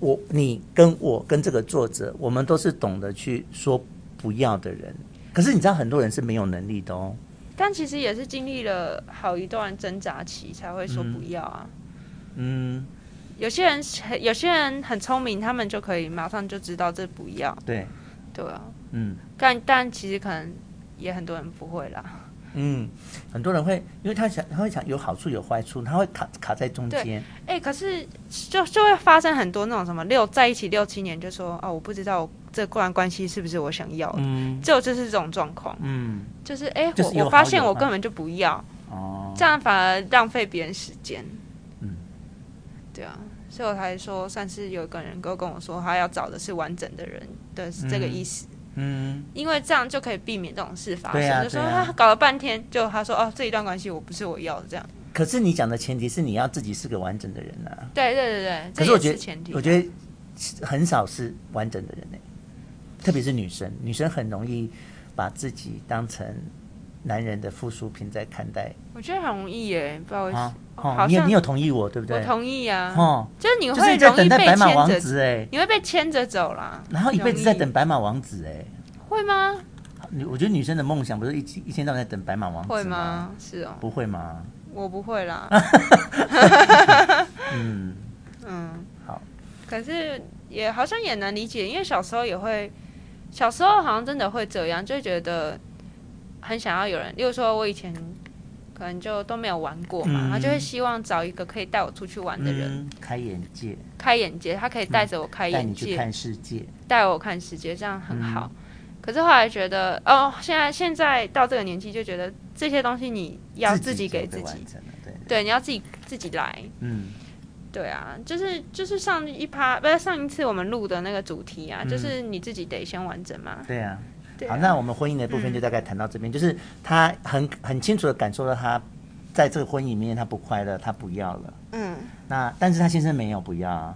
Speaker 1: 我你跟我跟这个作者，我们都是懂得去说不要的人。可是你知道，很多人是没有能力的哦。
Speaker 2: 但其实也是经历了好一段挣扎期才会说不要啊。
Speaker 1: 嗯，
Speaker 2: 有些人很有些人很聪明，他们就可以马上就知道这不要，
Speaker 1: 对，
Speaker 2: 对啊。
Speaker 1: 嗯
Speaker 2: 但但其实可能也很多人不会啦。
Speaker 1: 嗯，很多人会，因为他想他会想有好处有坏处，他会卡卡在中间。
Speaker 2: 哎、可是就就会发生很多那种什么六在一起六七年就说啊，我不知道这段关系是不是我想要的，
Speaker 1: 嗯
Speaker 2: 就就是这种状况，
Speaker 1: 嗯，
Speaker 2: 就是哎、
Speaker 1: 就是有好
Speaker 2: 我我发现
Speaker 1: 有
Speaker 2: 我
Speaker 1: 坏
Speaker 2: 根本就不要，
Speaker 1: 哦，
Speaker 2: 这样反而浪费别人时间。
Speaker 1: 嗯，
Speaker 2: 对啊，所以我才说上次有一个人跟跟我说，他要找的是完整的人的这个意思，
Speaker 1: 嗯
Speaker 2: 因为这样就可以避免这种事发生。
Speaker 1: 对啊
Speaker 2: 就说
Speaker 1: 对啊
Speaker 2: 他搞了半天，就他说哦，这一段关系我不是我要的这样。
Speaker 1: 可是你讲的前提是你要自己是个完整的人啊。
Speaker 2: 对对对对，
Speaker 1: 可
Speaker 2: 这
Speaker 1: 是我
Speaker 2: 也
Speaker 1: 觉
Speaker 2: 是
Speaker 1: 得，
Speaker 2: 前提。啊
Speaker 1: 我觉得很少是完整欸的人呢、特别是女生，女生很容易把自己当成男人的附属品在看待
Speaker 2: 我觉得很容易耶，不知道为什么
Speaker 1: 啊。，哦，
Speaker 2: 好
Speaker 1: 你也
Speaker 2: 像
Speaker 1: 你有同意我对不
Speaker 2: 我
Speaker 1: 对？
Speaker 2: 同意啊，
Speaker 1: 哦，
Speaker 2: 就是你
Speaker 1: 就是
Speaker 2: 会
Speaker 1: 一直在
Speaker 2: 容
Speaker 1: 等
Speaker 2: 易
Speaker 1: 待
Speaker 2: 被
Speaker 1: 白马
Speaker 2: 牵
Speaker 1: 王
Speaker 2: 着
Speaker 1: 子哎，
Speaker 2: 你会被牵着走啦。
Speaker 1: 然后一辈子
Speaker 2: 容易
Speaker 1: 在等，白马王子哎。
Speaker 2: 会吗？
Speaker 1: 你我觉得女生的梦想不是一一天到晚在等白马王子
Speaker 2: 会？吗？是哦，
Speaker 1: 不会吗？
Speaker 2: 我不会啦。
Speaker 1: 嗯，
Speaker 2: 嗯，
Speaker 1: 好。
Speaker 2: 可是也好像也难理解，因为小时候也会，小时候好像真的会这样，就会觉得很想要有人。例如说，我以前可能就都没有玩过嘛，
Speaker 1: 嗯
Speaker 2: 然后就会希望找一个可以带我出去玩的人，
Speaker 1: 嗯，开眼界，
Speaker 2: 开眼界，他可以带着我开
Speaker 1: 带
Speaker 2: 眼
Speaker 1: 你
Speaker 2: 界
Speaker 1: 去，看世界。
Speaker 2: 带我看世界，这样很好。可是后来觉得，哦，现在现在到这个年纪，就觉得这些东西你要自己
Speaker 1: 就
Speaker 2: 给
Speaker 1: 会
Speaker 2: 自己，
Speaker 1: 完成了，对，
Speaker 2: 对，你要自己自己来。
Speaker 1: 嗯
Speaker 2: 对啊，就是就是上一趴，不是上一次我们录的那个主题啊，
Speaker 1: 嗯
Speaker 2: 就是你自己得先完整嘛。
Speaker 1: 对啊。
Speaker 2: 对啊
Speaker 1: 好，那我们婚姻的部分就大概谈到这边，就是他很很清楚的感受到他在这个婚姻里面他不快乐，他不要了。
Speaker 2: 嗯，
Speaker 1: 那但是他先生没有不要啊，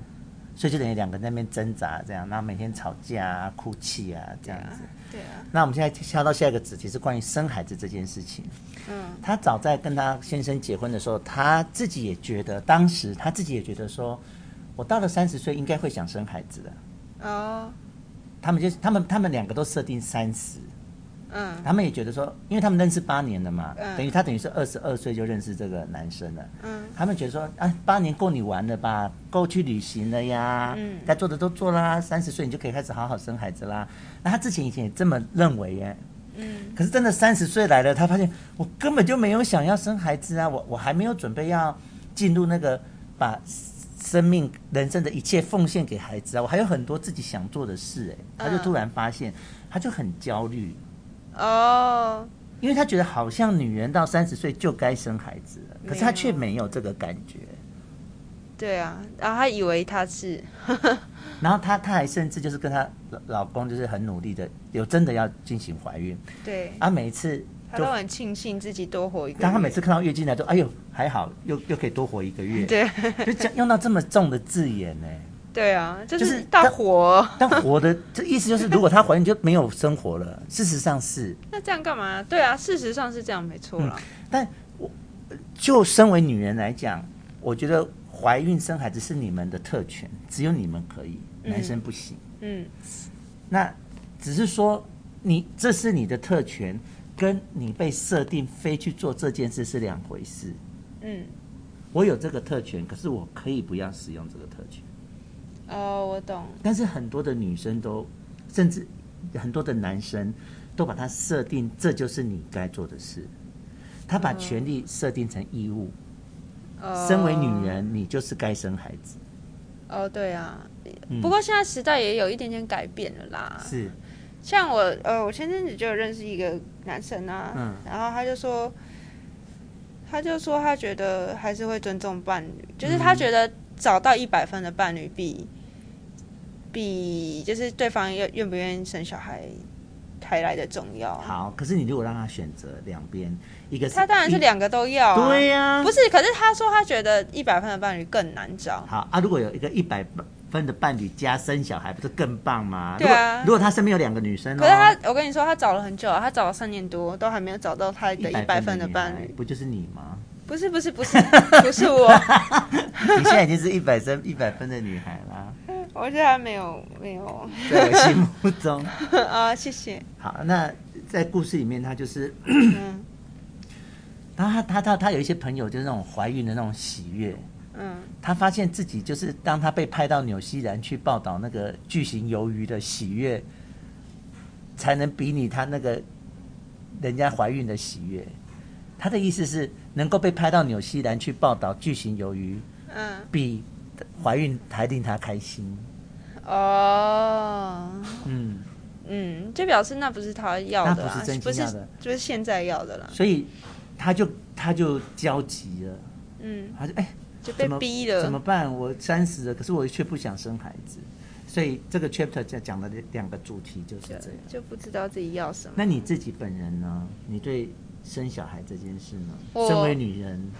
Speaker 1: 所以就等于两个人在那边挣扎这样，然后每天吵架啊、哭泣啊这样子。
Speaker 2: 对啊，
Speaker 1: 那我们现在跳到下一个子题是关于生孩子这件事情。
Speaker 2: 嗯
Speaker 1: 她早在跟她先生结婚的时候，她自己也觉得，当时她自己也觉得说，我到了三十岁应该会想生孩子的。
Speaker 2: 哦，
Speaker 1: 他们就他们他们两个都设定三十，
Speaker 2: 嗯
Speaker 1: 他们也觉得说，因为他们认识八年了嘛，
Speaker 2: 嗯
Speaker 1: 等于他等于是二十二岁就认识这个男生了。
Speaker 2: 嗯
Speaker 1: 他们觉得说，啊，八年够你玩了吧，够去旅行了呀，
Speaker 2: 嗯
Speaker 1: 该做的都做啦，三十岁你就可以开始好好生孩子啦。那他之前以前也这么认为耶，
Speaker 2: 嗯
Speaker 1: 可是真的三十岁来了，他发现我根本就没有想要生孩子啊，我我还没有准备要进入那个把生命、人生的一切奉献给孩子啊，我还有很多自己想做的事
Speaker 2: 嗯
Speaker 1: 哎、他就突然发现，他就很焦虑，
Speaker 2: 哦，
Speaker 1: 因为他觉得好像女人到三十岁就该生孩子了，可是他却没有这个感觉。
Speaker 2: 对啊，然后他以为他是，
Speaker 1: 然后她她还甚至就是跟她老老公就是很努力的，有真的要进行怀孕
Speaker 2: 对，
Speaker 1: 啊，每一次
Speaker 2: 他
Speaker 1: 就
Speaker 2: 都很庆幸自己多活一个月。
Speaker 1: 当她每次看到月经来都哎呦还好，又又可以多活一个月。
Speaker 2: 对
Speaker 1: 就讲用到这么重的字眼呢、
Speaker 2: 对啊，就
Speaker 1: 就是
Speaker 2: 是到
Speaker 1: 他
Speaker 2: 火，
Speaker 1: 但活的这意思就是，如果她怀孕就没有生活了。事实上是，
Speaker 2: 那这样干嘛？对啊，事实上是这样，没错
Speaker 1: 嗯
Speaker 2: 啦。
Speaker 1: 但我就身为女人来讲，我觉得怀孕生孩子是你们的特权，只有你们可以，
Speaker 2: 嗯
Speaker 1: 男生不行。
Speaker 2: 嗯
Speaker 1: 那只是说你这是你的特权，跟你被设定非去做这件事是两回事。
Speaker 2: 嗯，
Speaker 1: 我有这个特权，可是我可以不要使用这个特权。
Speaker 2: 哦，我懂，
Speaker 1: 但是很多的女生都，甚至很多的男生都把它设定这就是你该做的事，他把权利设定成义务。
Speaker 2: 哦
Speaker 1: 身为女人，你就是该生孩子。
Speaker 2: 哦，对啊
Speaker 1: 嗯。
Speaker 2: 不过现在时代也有一点点改变了啦。
Speaker 1: 是，
Speaker 2: 像我，呃，我前阵子就有认识一个男生啊，
Speaker 1: 嗯
Speaker 2: 然后他就说，他就说他觉得还是会尊重伴侣，就是
Speaker 1: 嗯
Speaker 2: 他觉得找到一百分的伴侣比比就是对方愿愿不愿意生小孩还来的重要。
Speaker 1: 好。可是你如果让他选择两边，一个
Speaker 2: 他当然是两个都要、啊，
Speaker 1: 对、呀、
Speaker 2: 不是，可是他说他觉得一百分的伴侣更难找。
Speaker 1: 好啊，如果有一个一百分的伴侣加生小孩，不是更棒吗？
Speaker 2: 对啊
Speaker 1: 如果如果他身边有两个女生、哦，
Speaker 2: 可是他，我跟你说，他找了很久啊，他找了三年多，都还没有找到他的一百分的
Speaker 1: 女
Speaker 2: 伴
Speaker 1: 孩
Speaker 2: 侣。
Speaker 1: 不就是你吗？
Speaker 2: 不是不是不是不 是我，
Speaker 1: 你现在已经是一百分一百分的女孩啦，
Speaker 2: 我现在没有没有
Speaker 1: 在我心目中。
Speaker 2: 啊，谢谢。
Speaker 1: 好，那在故事里面，他就是
Speaker 2: 嗯
Speaker 1: 他他他他他有一些朋友就是那种怀孕的那种喜悦，
Speaker 2: 嗯
Speaker 1: 他发现自己就是当他被派到纽西兰去报道那个巨型鱿鱼的喜悦，才能比拟他那个人家怀孕的喜悦。他的意思是，能够被派到纽西兰去报道巨型鱿鱼，
Speaker 2: 嗯
Speaker 1: 比怀孕还令他开心。
Speaker 2: 嗯哦
Speaker 1: 嗯，
Speaker 2: 嗯，就表示那不是他要的
Speaker 1: 那
Speaker 2: 啦，
Speaker 1: 不是真心
Speaker 2: 不是
Speaker 1: 要的
Speaker 2: 就是现在要的啦。
Speaker 1: 所以他就他就焦急了，
Speaker 2: 嗯，
Speaker 1: 他就哎、
Speaker 2: 就被
Speaker 1: 怎么
Speaker 2: 逼了。
Speaker 1: 怎么办？我三十了，可是我却不想生孩子。所以这个 chapter 在讲的两个主题就是
Speaker 2: 就
Speaker 1: 这样。
Speaker 2: 就不知道自己要什么
Speaker 1: 那。你自己本人呢？你对生小孩这件事呢？
Speaker 2: 我
Speaker 1: 身为女人，
Speaker 2: 嗯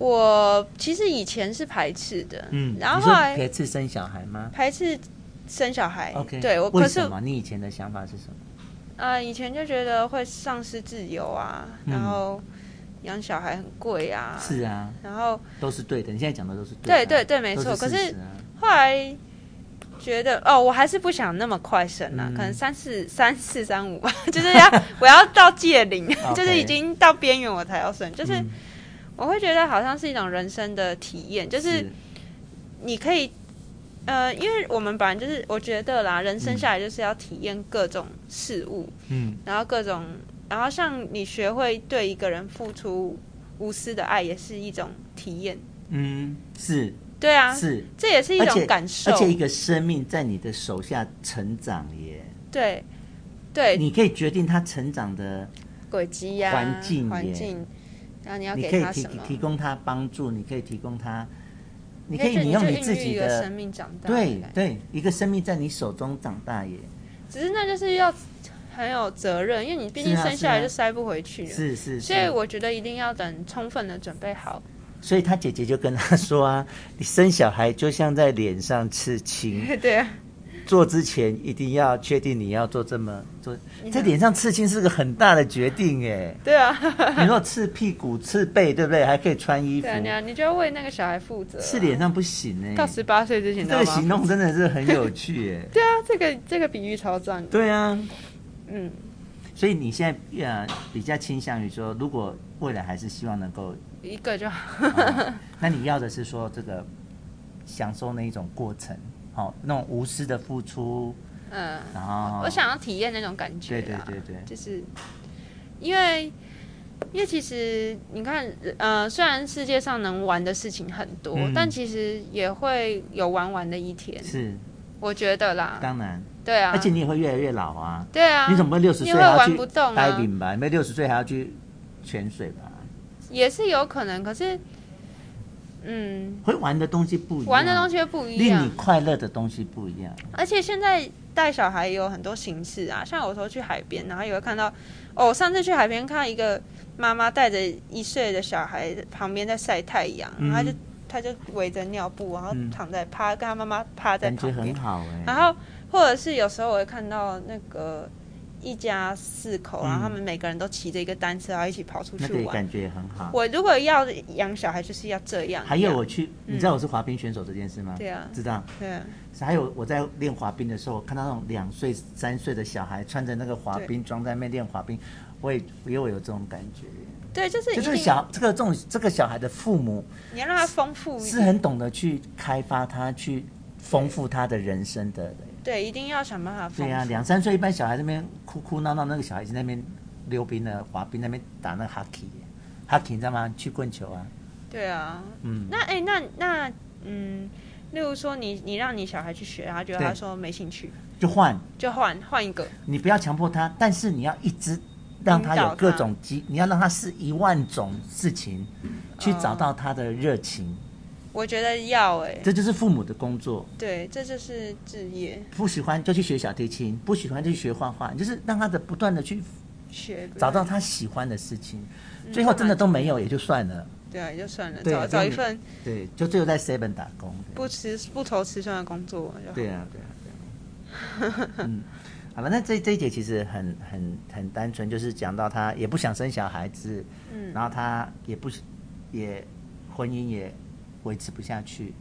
Speaker 2: 我其实以前是排斥的，
Speaker 1: 嗯，
Speaker 2: 然后
Speaker 1: 你
Speaker 2: 后
Speaker 1: 说
Speaker 2: 来
Speaker 1: 排斥生小孩吗
Speaker 2: 排斥生小孩。
Speaker 1: ？OK，
Speaker 2: 对我，
Speaker 1: 为
Speaker 2: 可是
Speaker 1: 什么？你以前的想法是什么？
Speaker 2: 呃，以前就觉得会丧失自由啊，然后养小孩很贵啊，
Speaker 1: 嗯是啊，
Speaker 2: 然后
Speaker 1: 都是对的。你现在讲的都是
Speaker 2: 对
Speaker 1: 对
Speaker 2: 对
Speaker 1: 的，啊
Speaker 2: 对没错
Speaker 1: 都是
Speaker 2: 可是
Speaker 1: 事实啊
Speaker 2: 后来觉得哦，我还是不想那么快生啦，
Speaker 1: 嗯
Speaker 2: 可能三四三四三五吧， 就是要我要到界龄
Speaker 1: OK
Speaker 2: 就是已经到边缘我才要生，就是
Speaker 1: 嗯
Speaker 2: 我会觉得好像是一种人生的体验，就是你可以。呃，因为我们本来就是，我觉得啦，人生下来就是要体验各种事物，
Speaker 1: 嗯
Speaker 2: 然后各种，然后像你学会对一个人付出无私的爱，也是一种体验。
Speaker 1: 嗯是
Speaker 2: 对啊，
Speaker 1: 是，
Speaker 2: 这也是一
Speaker 1: 而
Speaker 2: 种
Speaker 1: 且
Speaker 2: 感受
Speaker 1: 而。且一个生命在你的手下成长耶，
Speaker 2: 对，对，
Speaker 1: 你可以决定他成长的，
Speaker 2: 轨迹呀，
Speaker 1: 环境耶
Speaker 2: 环境，然后你要
Speaker 1: 你
Speaker 2: 给
Speaker 1: 可以
Speaker 2: 他
Speaker 1: 提
Speaker 2: 什么？
Speaker 1: 提供他帮助，你可以提供他，你
Speaker 2: 你
Speaker 1: 可以
Speaker 2: 就
Speaker 1: 你用
Speaker 2: 就
Speaker 1: 你
Speaker 2: 孕
Speaker 1: 自
Speaker 2: 育一
Speaker 1: 己
Speaker 2: 个
Speaker 1: 的
Speaker 2: 生命长大。
Speaker 1: 对，对，一个生命在你手中长大耶，
Speaker 2: 只是那就是要很有责任，因为你毕
Speaker 1: 是
Speaker 2: 竟
Speaker 1: 啊
Speaker 2: 生下来
Speaker 1: 是啊
Speaker 2: 就塞不回去了。
Speaker 1: 是是，
Speaker 2: 所以
Speaker 1: 是
Speaker 2: 我觉得一定要等充分的准备好。
Speaker 1: 所以他姐姐就跟他说啊， 你生小孩就像在脸上刺青，
Speaker 2: 对啊，
Speaker 1: 做之前一定要确定你要做这么做，在脸上刺青是个很大的决定 哎。
Speaker 2: 对啊，
Speaker 1: 你如果刺屁股、刺背，对不对？还可以穿衣服
Speaker 2: 对，啊，你要你就要为那个小孩负责啊。
Speaker 1: 刺脸上不行哎、
Speaker 2: 到十八岁之前，
Speaker 1: 这
Speaker 2: 知道
Speaker 1: 个
Speaker 2: 吗？
Speaker 1: 行动真的是很有趣 哎、
Speaker 2: 对啊，这个这个比喻超赞的。
Speaker 1: 对啊，
Speaker 2: 嗯，
Speaker 1: 所以你现在呃比较倾向于说，如果未来还是希望能 够，
Speaker 2: 一个就好。
Speaker 1: 啊那你要的是说这个享受那一种过程，好、那种无私的付出，
Speaker 2: 嗯，
Speaker 1: 然后
Speaker 2: 我想要体验那种感觉
Speaker 1: 对对
Speaker 2: 啦。
Speaker 1: 哦对对
Speaker 2: 就是因为因为其实你看，呃，虽然世界上能玩的事情很多，
Speaker 1: 嗯
Speaker 2: 但其实也会有玩完的一天。
Speaker 1: 是
Speaker 2: 我觉得啦，
Speaker 1: 当然，
Speaker 2: 对啊
Speaker 1: 而，且你也会越来越老啊。
Speaker 2: 对啊，
Speaker 1: 你怎么会六十岁
Speaker 2: 你会
Speaker 1: 还要
Speaker 2: 玩
Speaker 1: 去
Speaker 2: 不动啊
Speaker 1: diving 吧？你会六十岁还要去潜水吧？
Speaker 2: 也是有可能，可是，嗯，
Speaker 1: 会玩的东西不一样，
Speaker 2: 玩的东西会不一
Speaker 1: 令
Speaker 2: 样
Speaker 1: 你。快乐的东西不一样。
Speaker 2: 而且现在带小孩也有很多形式啊，像有时候去海边，然后也会看到，哦，我上次去海边看到一个妈妈带着一岁的小孩旁边在晒太阳，
Speaker 1: 嗯
Speaker 2: 然后她就她就围着尿布，然后
Speaker 1: 嗯
Speaker 2: 躺在趴跟她妈妈趴在
Speaker 1: 感觉
Speaker 2: 旁
Speaker 1: 很
Speaker 2: 边，
Speaker 1: 好哎、
Speaker 2: 然后或者是有时候我会看到那个。一家四口，然后他们每个人都骑着一个单车，然后一起跑出
Speaker 1: 嗯那
Speaker 2: 去
Speaker 1: 个也
Speaker 2: 玩。
Speaker 1: 感觉也很好。
Speaker 2: 我如果要养小孩，就是要这样。
Speaker 1: 还有我去，你知道我是滑冰选手这件事吗？
Speaker 2: 嗯对啊
Speaker 1: 知道。
Speaker 2: 对啊，
Speaker 1: 还有我在练滑冰的时候，我看到那种两岁、三岁的小孩穿着那个滑冰装在那边练滑冰，我也我也有这种感觉。
Speaker 2: 对，就是
Speaker 1: 就
Speaker 2: 一
Speaker 1: 是
Speaker 2: 定
Speaker 1: 小这个这种这个小孩的父母
Speaker 2: 你要让他丰富一点。
Speaker 1: 是很懂得去开发他，去丰富他的人生的。
Speaker 2: 对，一定要想办法丰富。
Speaker 1: 对啊，两三岁一般小孩在那边哭哭闹闹，那个小孩子在那边溜冰的、滑冰那边打那个 hockey，hockey 你知道吗？曲棍球啊，
Speaker 2: 对啊，
Speaker 1: 嗯，
Speaker 2: 那哎、那那嗯，例如说你你让你小孩去学，然后觉得
Speaker 1: 对
Speaker 2: 他说没兴趣，
Speaker 1: 就换。
Speaker 2: 就换换一个。
Speaker 1: 你不要强迫他，但是你要一直让他
Speaker 2: 引导
Speaker 1: 有各
Speaker 2: 他
Speaker 1: 种机，你要让他试一万种事情，
Speaker 2: 嗯
Speaker 1: 去找到他的热情。
Speaker 2: 我觉得要哎、
Speaker 1: 这就是父母的工作。
Speaker 2: 对，这就是置业
Speaker 1: 不喜欢就去学小提琴，不喜欢就去学画画，就是让他的不断的去
Speaker 2: 学
Speaker 1: 找到他喜欢的事情。
Speaker 2: 嗯
Speaker 1: 最后真的都没
Speaker 2: 这蛮
Speaker 1: 有也就算了，
Speaker 2: 对啊，也就算了，
Speaker 1: 对
Speaker 2: 找
Speaker 1: 啊
Speaker 2: 找
Speaker 1: 就
Speaker 2: 一
Speaker 1: 你
Speaker 2: 份
Speaker 1: 对，就最后在 seven 打工。
Speaker 2: 不吃不愁吃穿的工作就好。
Speaker 1: 对啊，对啊，对啊。嗯， 好了，那这这一节其实很很很单纯，就是讲到他也不想生小孩子，
Speaker 2: 嗯
Speaker 1: 然后他也不也婚姻也维持不下去，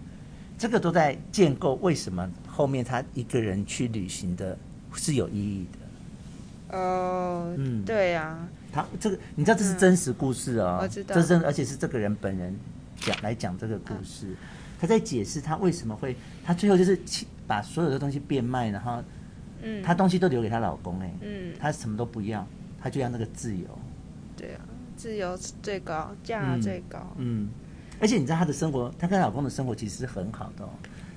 Speaker 1: 这个都在建构为什么后面他一个人去旅行的是有意义的。
Speaker 2: 哦、
Speaker 1: 嗯
Speaker 2: 对啊，
Speaker 1: 他这个你知道这是真实故事哦，
Speaker 2: 嗯我知道嗯
Speaker 1: 这是真而且是这个人本人讲来讲这个故事，他在解释他为什么会，他最后就是弃把所有的东西变卖，然后
Speaker 2: 嗯，
Speaker 1: 她东西都留给她老公哎、欸，
Speaker 2: 嗯
Speaker 1: 她什么都不要，她就要那个自由，
Speaker 2: 对啊，自由是最高，价
Speaker 1: 嗯
Speaker 2: 最高。
Speaker 1: 嗯，而且你知道她的生活，她跟老公的生活其实是很好的哦，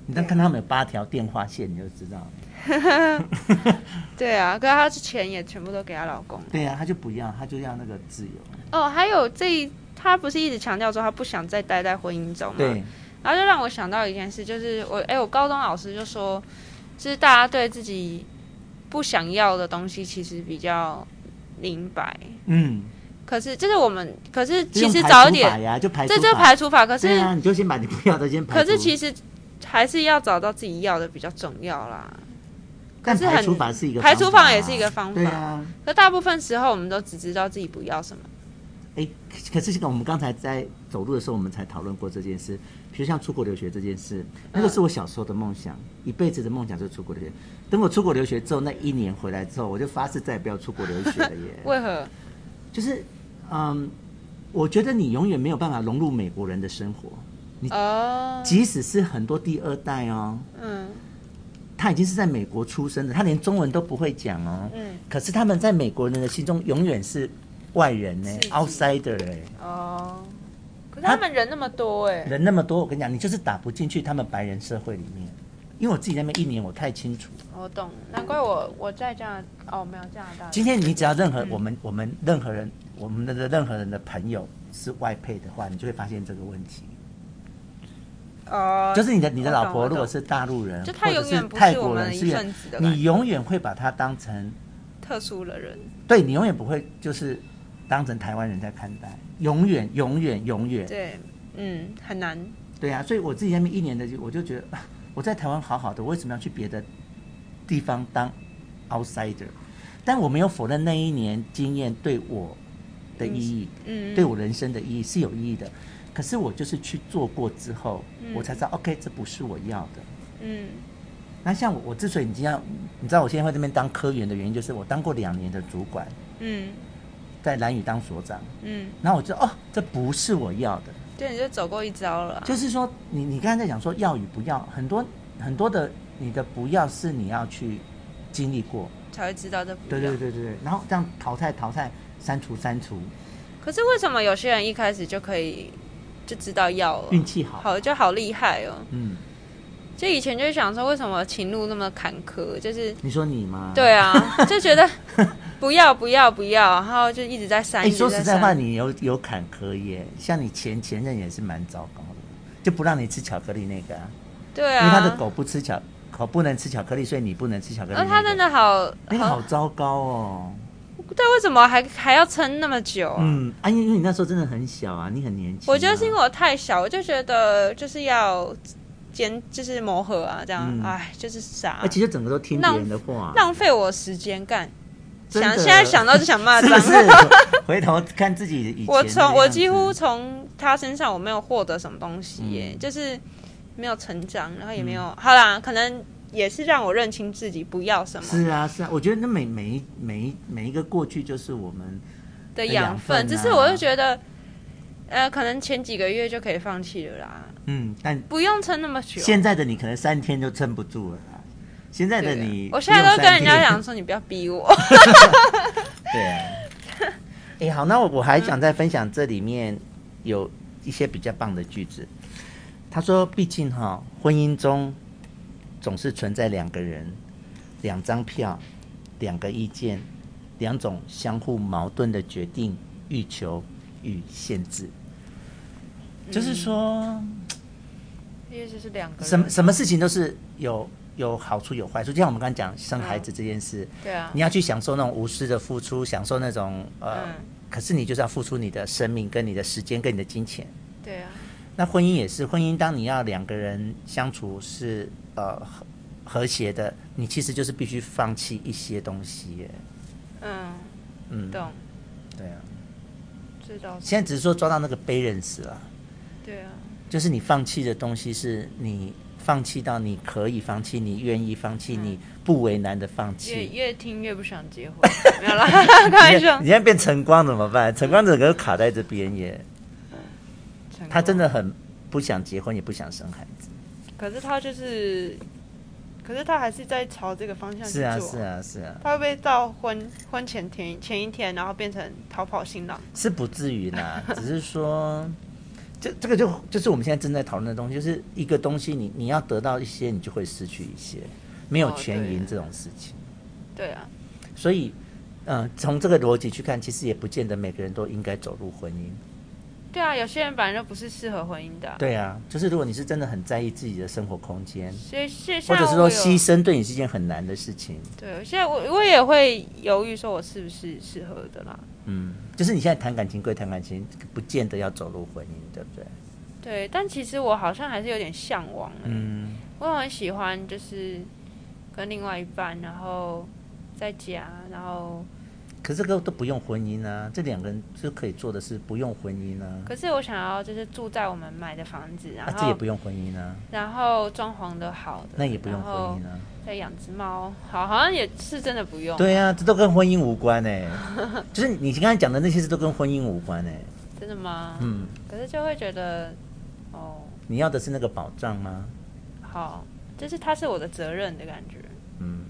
Speaker 1: 你当看他们有八条电话线你就知道，
Speaker 2: 对啊，可是她钱也全部都给她老公。
Speaker 1: 对呀、啊，她就不要，她就要那个自由，
Speaker 2: 哦，还有这一，她不是一直强调说她不想再待在婚姻中吗？
Speaker 1: 对，
Speaker 2: 然后就让我想到一件事，就是我哎，我高中老师就说，就是大家对自己不想要的东西其实比较明白，
Speaker 1: 嗯，
Speaker 2: 可是这是我们，可是
Speaker 1: 就
Speaker 2: 其
Speaker 1: 用
Speaker 2: 实
Speaker 1: 排
Speaker 2: 早一
Speaker 1: 除法
Speaker 2: 点，
Speaker 1: 呀，就排除
Speaker 2: 这就
Speaker 1: 法
Speaker 2: 排除法，可是、
Speaker 1: 对啊，你就先把你不要的先排除，
Speaker 2: 可是其实还是要找到自己要的比较重要啦。
Speaker 1: 但
Speaker 2: 是
Speaker 1: 排
Speaker 2: 很
Speaker 1: 除法是一个
Speaker 2: 排除
Speaker 1: 法
Speaker 2: 法
Speaker 1: 啊
Speaker 2: 也是一个方
Speaker 1: 对
Speaker 2: 法
Speaker 1: 啊，
Speaker 2: 可大部分时候我们都只知道自己不要什么。
Speaker 1: 哎，可可是我们刚才在走路的时候，我们才讨论过这件事。比如像出国留学这件事，那个是我小时候的梦想，一辈子的梦想就是出国留学。等我出国留学之后，那一年回来之后，我就发誓再也不要出国留学了 耶。
Speaker 2: 为何？
Speaker 1: 就是，嗯，我觉得你永远没有办法融入美国人的生活，
Speaker 2: 哦，
Speaker 1: 即使是很多第二代哦，
Speaker 2: 嗯
Speaker 1: 他已经是在美国出生的，他连中文都不会讲哦。
Speaker 2: 嗯，
Speaker 1: 可是他们在美国人的心中永远是外人呢、
Speaker 2: 自己
Speaker 1: o u t s i d e r 哎、
Speaker 2: 哦。可是
Speaker 1: 他
Speaker 2: 他们人那么多哎、
Speaker 1: 人那么多，我跟你讲，你就是打不进去他们白人社会里面。因为我自己在那边一年，我太清楚。
Speaker 2: 我懂，难怪我我在加拿哦没有加拿大的，
Speaker 1: 今天你只要任何我
Speaker 2: 嗯
Speaker 1: 们、我们任何人我们的任何人的朋友是外配的话，你就会发现这个问题，
Speaker 2: 哦
Speaker 1: 就是你的你的
Speaker 2: 我懂
Speaker 1: 老婆
Speaker 2: 我懂
Speaker 1: 如果是大陆人，
Speaker 2: 就她
Speaker 1: 或者
Speaker 2: 永远不是
Speaker 1: 泰国
Speaker 2: 我们
Speaker 1: 人，
Speaker 2: 一
Speaker 1: 是远
Speaker 2: 份子的感觉
Speaker 1: 你永远会把她当成，
Speaker 2: 特殊的人，
Speaker 1: 对你永远不会就是当成台湾人在看待，永远永远永远。
Speaker 2: 对，嗯，很难，
Speaker 1: 对啊，所以我自己在那边一年的，我就觉得 啊我在台湾好好的，我为什么要去别的地方当 outsider？但我没有否认那一年经验对我的意义，
Speaker 2: 嗯，
Speaker 1: 对我人生的意义是有意义的。可是我就是去做过之后，我才知道、OK，这不是我要的。
Speaker 2: 嗯
Speaker 1: 那像我，我之所以你这样，你知道我现在会这边当科员的原因，就是我当过两年的主管，
Speaker 2: 嗯
Speaker 1: 在蓝宇当所长，
Speaker 2: 嗯，
Speaker 1: 然后我就哦，这不是我要的。
Speaker 2: 对，你就走过一遭了啊，
Speaker 1: 就是说，你你刚才在讲说要与不要，很多很多的你的不要是你要去经历过，
Speaker 2: 才会知道这不一
Speaker 1: 对对
Speaker 2: 样。
Speaker 1: 对对对，然后这样淘汰淘汰，删除删除，
Speaker 2: 可是为什么有些人一开始就可以就知道要了？
Speaker 1: 运气好，
Speaker 2: 好就好厉害哦！
Speaker 1: 嗯，
Speaker 2: 就以前就会想说，为什么情路那么坎坷？就是
Speaker 1: 你说你吗？
Speaker 2: 对 啊，就觉得不要不要不要，然后就一直在删。
Speaker 1: 哎，
Speaker 2: 一直
Speaker 1: 说实在话，
Speaker 2: 删，
Speaker 1: 你有有坎坷耶，像你前前任也是蛮糟糕的，就不让你吃巧克力那个、啊，
Speaker 2: 对
Speaker 1: 因
Speaker 2: 啊，
Speaker 1: 为他的狗不吃巧，狗不能吃巧克力，所以你不能吃巧克力、那
Speaker 2: 然后
Speaker 1: 个。
Speaker 2: 哦他真的好，
Speaker 1: 那个
Speaker 2: 好
Speaker 1: 哎好糟糕哦，
Speaker 2: 对，为什么还还要撑那么久啊？
Speaker 1: 嗯，啊，因为因为你那时候真的很小啊，你很年轻啊、
Speaker 2: 我觉得是因为我太小，我就觉得就是要兼就是磨合啊，这样
Speaker 1: 嗯，
Speaker 2: 哎、就是傻
Speaker 1: 而，且就整个都听别人的话，啊
Speaker 2: 浪费我时间干。
Speaker 1: 真的
Speaker 2: 想现在想到就想 骂
Speaker 1: 是
Speaker 2: 脏
Speaker 1: 不。是？ 回头看自己以前的
Speaker 2: 我从我几乎
Speaker 1: 样子
Speaker 2: 从他身上我没有获得什么东西耶、
Speaker 1: 嗯
Speaker 2: 就是没有成长，然后也没有、好啦，可能也是让我认清自己不要什么
Speaker 1: 是啊是啊，我觉得那每每一每一每一个过去就是我们
Speaker 2: 的
Speaker 1: 养
Speaker 2: 养
Speaker 1: 分啊
Speaker 2: 分，只是我就觉得，呃，可能前几个月就可以放弃了啦，
Speaker 1: 嗯，但
Speaker 2: 不用撑那么久。
Speaker 1: 现在的你可能三天就撑不住了啦。现在的
Speaker 2: 对
Speaker 1: 你，
Speaker 2: 我现在都跟人家
Speaker 1: 讲
Speaker 2: 讲说，你不要逼我。
Speaker 1: 对啊。 哎、好，那我我还想再分享这里面有一些比较棒的句子。他说：“毕竟哈、婚姻中总是存在两个人、两张票、两个意见、两种相互矛盾的决定、欲求与限制。”就是说，
Speaker 2: 因为就是两个人
Speaker 1: 什么什么事情都是有有好处有坏处，就像我们刚刚讲生孩子这件事，
Speaker 2: 对啊
Speaker 1: 你，要去享受那种无私的付出，享受那种呃，
Speaker 2: 嗯
Speaker 1: 可是你就是要付出你的生命、跟你的时间、跟你的金钱。
Speaker 2: 对啊，
Speaker 1: 那婚姻也是，婚姻当你要两个人相处是呃和和谐的，你其实就是必须放弃一些东西耶。
Speaker 2: 嗯，
Speaker 1: 嗯，
Speaker 2: 懂，
Speaker 1: 对啊，
Speaker 2: 知道，
Speaker 1: 现在只是说抓到那个 balance 了，
Speaker 2: 对啊，
Speaker 1: 就是你放弃的东西是你放弃到你可以放弃，你愿意放弃，
Speaker 2: 嗯
Speaker 1: 你不为难的放弃。
Speaker 2: 越越听越不想结婚， 没 有啦，开玩
Speaker 1: 你
Speaker 2: 笑
Speaker 1: 看，你现在变晨光怎么办？晨光整个卡在这边耶，
Speaker 2: 成功
Speaker 1: 他真的很不想结婚，也不想生孩子。
Speaker 2: 可是他就是，可是他还是在朝这个方向去
Speaker 1: 是
Speaker 2: 做。
Speaker 1: 啊，是啊，是啊，
Speaker 2: 他会不会到婚婚前天前一天，然后变成逃跑新郎？
Speaker 1: 是不至于啦， 只是说，这这个就就是我们现在正在讨论的东西，就是一个东西你，你要得到一些，你就会失去一些，没有
Speaker 2: 哦
Speaker 1: 全
Speaker 2: 对
Speaker 1: 赢这种事情。
Speaker 2: 对啊，
Speaker 1: 所以，嗯、从这个逻辑去看，其实也不见得每个人都应该走入婚姻。
Speaker 2: 对啊，有些人本来就不是适合婚姻的啊、
Speaker 1: 对啊，就是如果你是真的很在意自己的生活空间，
Speaker 2: 所以现
Speaker 1: 或
Speaker 2: 像
Speaker 1: 者是说
Speaker 2: 我有
Speaker 1: 牺牲对你是一件很难的事情。
Speaker 2: 对，现在我我也会犹豫，说我是不是适合的啦。
Speaker 1: 嗯，就是你现在谈感情归谈感情，不见得要走入婚姻，对不对？
Speaker 2: 对，但其实我好像还是有点向往、欸，
Speaker 1: 嗯，
Speaker 2: 我很喜欢就是跟另外一半，然后在家，然后
Speaker 1: 可是这个都不用婚姻啊，这两个人就可以做的是不用婚姻啊，
Speaker 2: 可是我想要就是住在我们买的房子，然
Speaker 1: 啊，
Speaker 2: 后、
Speaker 1: 这也不用婚姻啊，
Speaker 2: 然后装潢的好的，
Speaker 1: 那也不用
Speaker 2: 然
Speaker 1: 婚
Speaker 2: 后
Speaker 1: 姻啊。
Speaker 2: 再养只猫，好，好像也是真的不用，
Speaker 1: 对啊，这都跟婚姻无关 哎、就是你刚才讲的那些事都跟婚姻无关哎、
Speaker 2: 真的吗？
Speaker 1: 嗯，
Speaker 2: 可是就会觉得，哦，
Speaker 1: 你要的是那个保障吗？
Speaker 2: 好，就是它是我的责任的感觉，
Speaker 1: 嗯，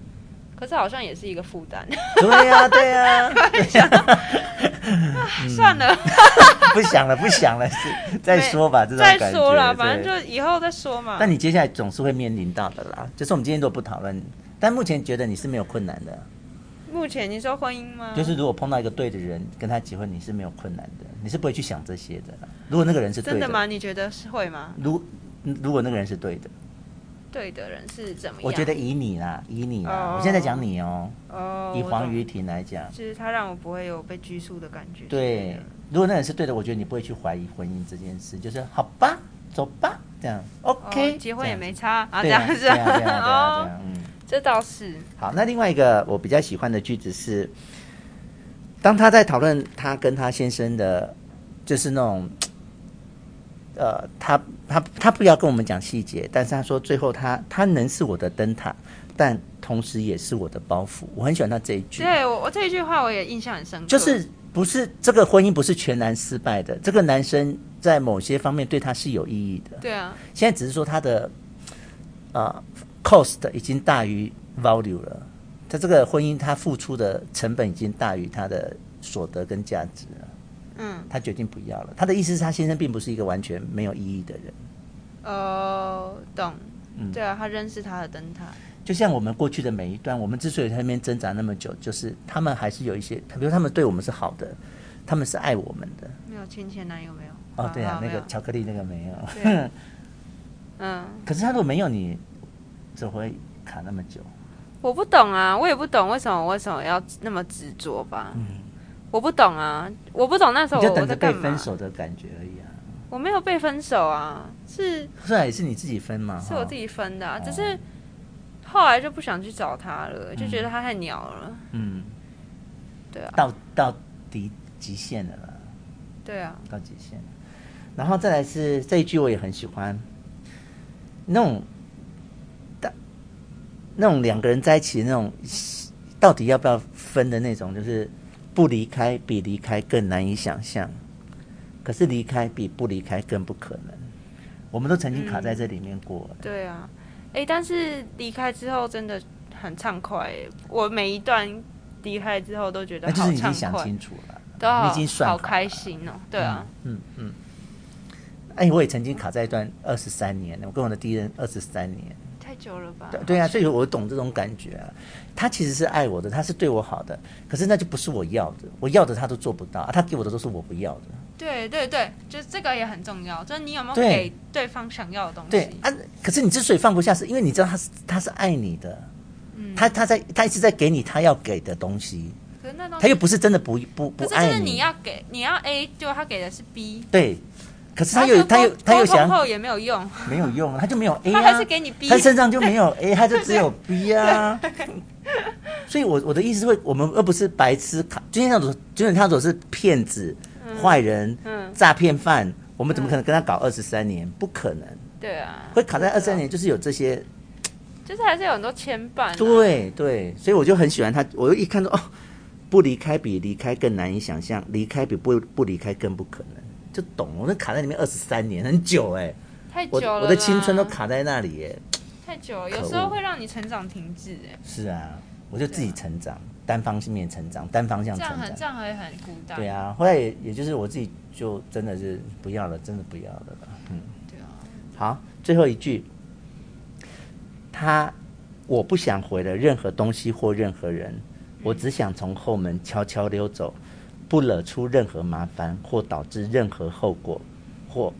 Speaker 2: 可是好像也是一个负担，
Speaker 1: 对呀、对啊呀、
Speaker 2: 算了，
Speaker 1: 不想了，不想了，是嗯再说吧，这种感觉。
Speaker 2: 再说了，反正
Speaker 1: 对
Speaker 2: 就以后再说嘛。
Speaker 1: 但你接下来总是会面临到的啦，就是我们今天都不讨论，但目前觉得你是没有困难的，
Speaker 2: 目前你说婚姻吗？
Speaker 1: 就是如果碰到一个对的人，跟他结婚，你是没有困难的，你是不会去想这些的啦。如果那个人是对
Speaker 2: 真的吗？你觉得是会吗？
Speaker 1: 如如果那个人是对的，
Speaker 2: 对的人是怎么样？
Speaker 1: 我觉得以你啦，以你啦，
Speaker 2: 哦
Speaker 1: 我现在在讲你哦，
Speaker 2: 哦，
Speaker 1: 以
Speaker 2: 我
Speaker 1: 黄
Speaker 2: 懂
Speaker 1: 于婷来讲，
Speaker 2: 就是他让我不会有被拘束的感觉。哦
Speaker 1: 对，如果那个人是对的，我觉得你不会去怀疑婚姻这件事，就是好吧，走吧，这样
Speaker 2: ，OK，、
Speaker 1: OK，
Speaker 2: 哦结婚
Speaker 1: 这
Speaker 2: 也
Speaker 1: 样
Speaker 2: 没差啊，这
Speaker 1: 对啊
Speaker 2: 样
Speaker 1: 对
Speaker 2: 子
Speaker 1: 啊对啊对啊对
Speaker 2: 哦，
Speaker 1: 啊，嗯。
Speaker 2: 这倒是，
Speaker 1: 好，那另外一个我比较喜欢的句子是，当她在讨论她跟她先生的，就是那种，呃，她她她不要跟我们讲细节，但是她说最后她她能是我的灯塔，但同时也是我的包袱。我很喜欢她这一句，
Speaker 2: 对我我这一句话我也印象很深刻，
Speaker 1: 就是不是这个婚姻不是全然失败的，这个男生在某些方面对她是有意义的。
Speaker 2: 对啊，
Speaker 1: 现在只是说它的呃 cost 已经大于 value 了，他这个婚姻他付出的成本已经大于他的所得跟价值了，
Speaker 2: 嗯，
Speaker 1: 他决定不要了。他的意思是，他先生并不是一个完全没有意义的人，
Speaker 2: 呃，懂
Speaker 1: 嗯。
Speaker 2: 对啊，他认识他的灯塔，
Speaker 1: 就像我们过去的每一段，我们之所以在那边挣扎那么久，就是他们还是有一些，比如他们对我们是好的，他们是爱我们的。
Speaker 2: 没有亲前男友没有？
Speaker 1: 哦，对啊
Speaker 2: 好，
Speaker 1: 那
Speaker 2: 没有
Speaker 1: 个巧克力那个没有，
Speaker 2: 对嗯，
Speaker 1: 可是他如果没有你，怎么会卡那么久？
Speaker 2: 我不懂啊，我也不懂为什么为什么要那么执着吧。我不懂啊，我不懂那时
Speaker 1: 嗯你
Speaker 2: 候
Speaker 1: 就
Speaker 2: 我
Speaker 1: 等
Speaker 2: 我在
Speaker 1: 着被
Speaker 2: 干嘛
Speaker 1: 分？手的感觉而已啊。
Speaker 2: 我没有被分手啊，是
Speaker 1: 虽然也是你自己分嘛，
Speaker 2: 是
Speaker 1: 哈
Speaker 2: 我自己分的、啊，
Speaker 1: 哦
Speaker 2: 只是后来就不想去找他了，就觉得他太鸟了。
Speaker 1: 嗯，
Speaker 2: 对啊，
Speaker 1: 到到底极限了啦，
Speaker 2: 对啊，
Speaker 1: 到极限了。然后再来是这一句我也很喜欢，那种大那种两个人在一起那种到底要不要分的那种，就是不离开比离开更难以想象，可是离开比不离开更不可能。我们都曾经卡在这里面过，
Speaker 2: 对啊。哎、但是离开之后真的很畅快耶、我每一段离开之后都觉得
Speaker 1: 那就是
Speaker 2: 好
Speaker 1: 你已经
Speaker 2: 畅
Speaker 1: 想
Speaker 2: 快，
Speaker 1: 清楚了，
Speaker 2: 都好
Speaker 1: 你已经算
Speaker 2: 好
Speaker 1: 好
Speaker 2: 开心哦、对啊，
Speaker 1: 嗯嗯。哎，我也曾经卡在一段二十三年，我跟我的第一任二十三年，
Speaker 2: 太久了吧？
Speaker 1: 对对啊，所以我懂这种感觉啊。他其实是爱我的，他是对我好的，可是那就不是我要的，我要的他都做不到，啊、他给我的都是我不要的。
Speaker 2: 对对对，就是这个也很重要，就是你有没有
Speaker 1: 对
Speaker 2: 给对方想要的东西？
Speaker 1: 对啊，可是你之所以放不下，是因为你知道他是他是爱你的，
Speaker 2: 嗯
Speaker 1: 他他在他一直在给你他要给的东西，
Speaker 2: 可是那东西
Speaker 1: 他又不是真的不不不
Speaker 2: 哦可是就
Speaker 1: 爱
Speaker 2: 是你要给你要 A，就他给的是 B，
Speaker 1: 对，可是他
Speaker 2: 然
Speaker 1: 又
Speaker 2: 后
Speaker 1: 他又
Speaker 2: 沟
Speaker 1: 他又
Speaker 2: 沟通
Speaker 1: 想
Speaker 2: 后也没有用，
Speaker 1: 没有用，他就没有 A 啊，
Speaker 2: 他还是给你 B，
Speaker 1: 他身上就没 有 A，他就只有 B 啊。所以我，我的意思是会，我们而不是白痴卡，金钱探索，金钱探索是骗子、坏人、
Speaker 2: 嗯
Speaker 1: 诈骗犯，我们怎么可能跟他搞二十三年？不可能，
Speaker 2: 对啊，
Speaker 1: 会卡在二
Speaker 2: 真的
Speaker 1: 三年，就是有这些。
Speaker 2: 就是还是有很多牵绊、啊。，
Speaker 1: 对对，所以我就很喜欢他，我就一看到哦，不离开比离开更难以想象，离开比不不离开更不可能，就懂了。我那卡在里面二十三年，很久哎、
Speaker 2: 太久
Speaker 1: 我
Speaker 2: 了啦
Speaker 1: 我的青春都卡在那里耶、
Speaker 2: 太久了，
Speaker 1: 可恶
Speaker 2: 有时候会让你成长停滞、哎，
Speaker 1: 是啊，我就自己成长，单方面成长，单方向
Speaker 2: 这
Speaker 1: 成
Speaker 2: 样很这
Speaker 1: 长。
Speaker 2: 样也很孤单。
Speaker 1: 对，啊，后来也也就是我自己就真的是不要了，真的不要了吧。嗯，
Speaker 2: 对啊，
Speaker 1: 好，最后一句，他我不想回了任何东西或任何人，
Speaker 2: 嗯
Speaker 1: 我只想从后门悄悄溜走，不惹出任何麻烦或导致任何后果，或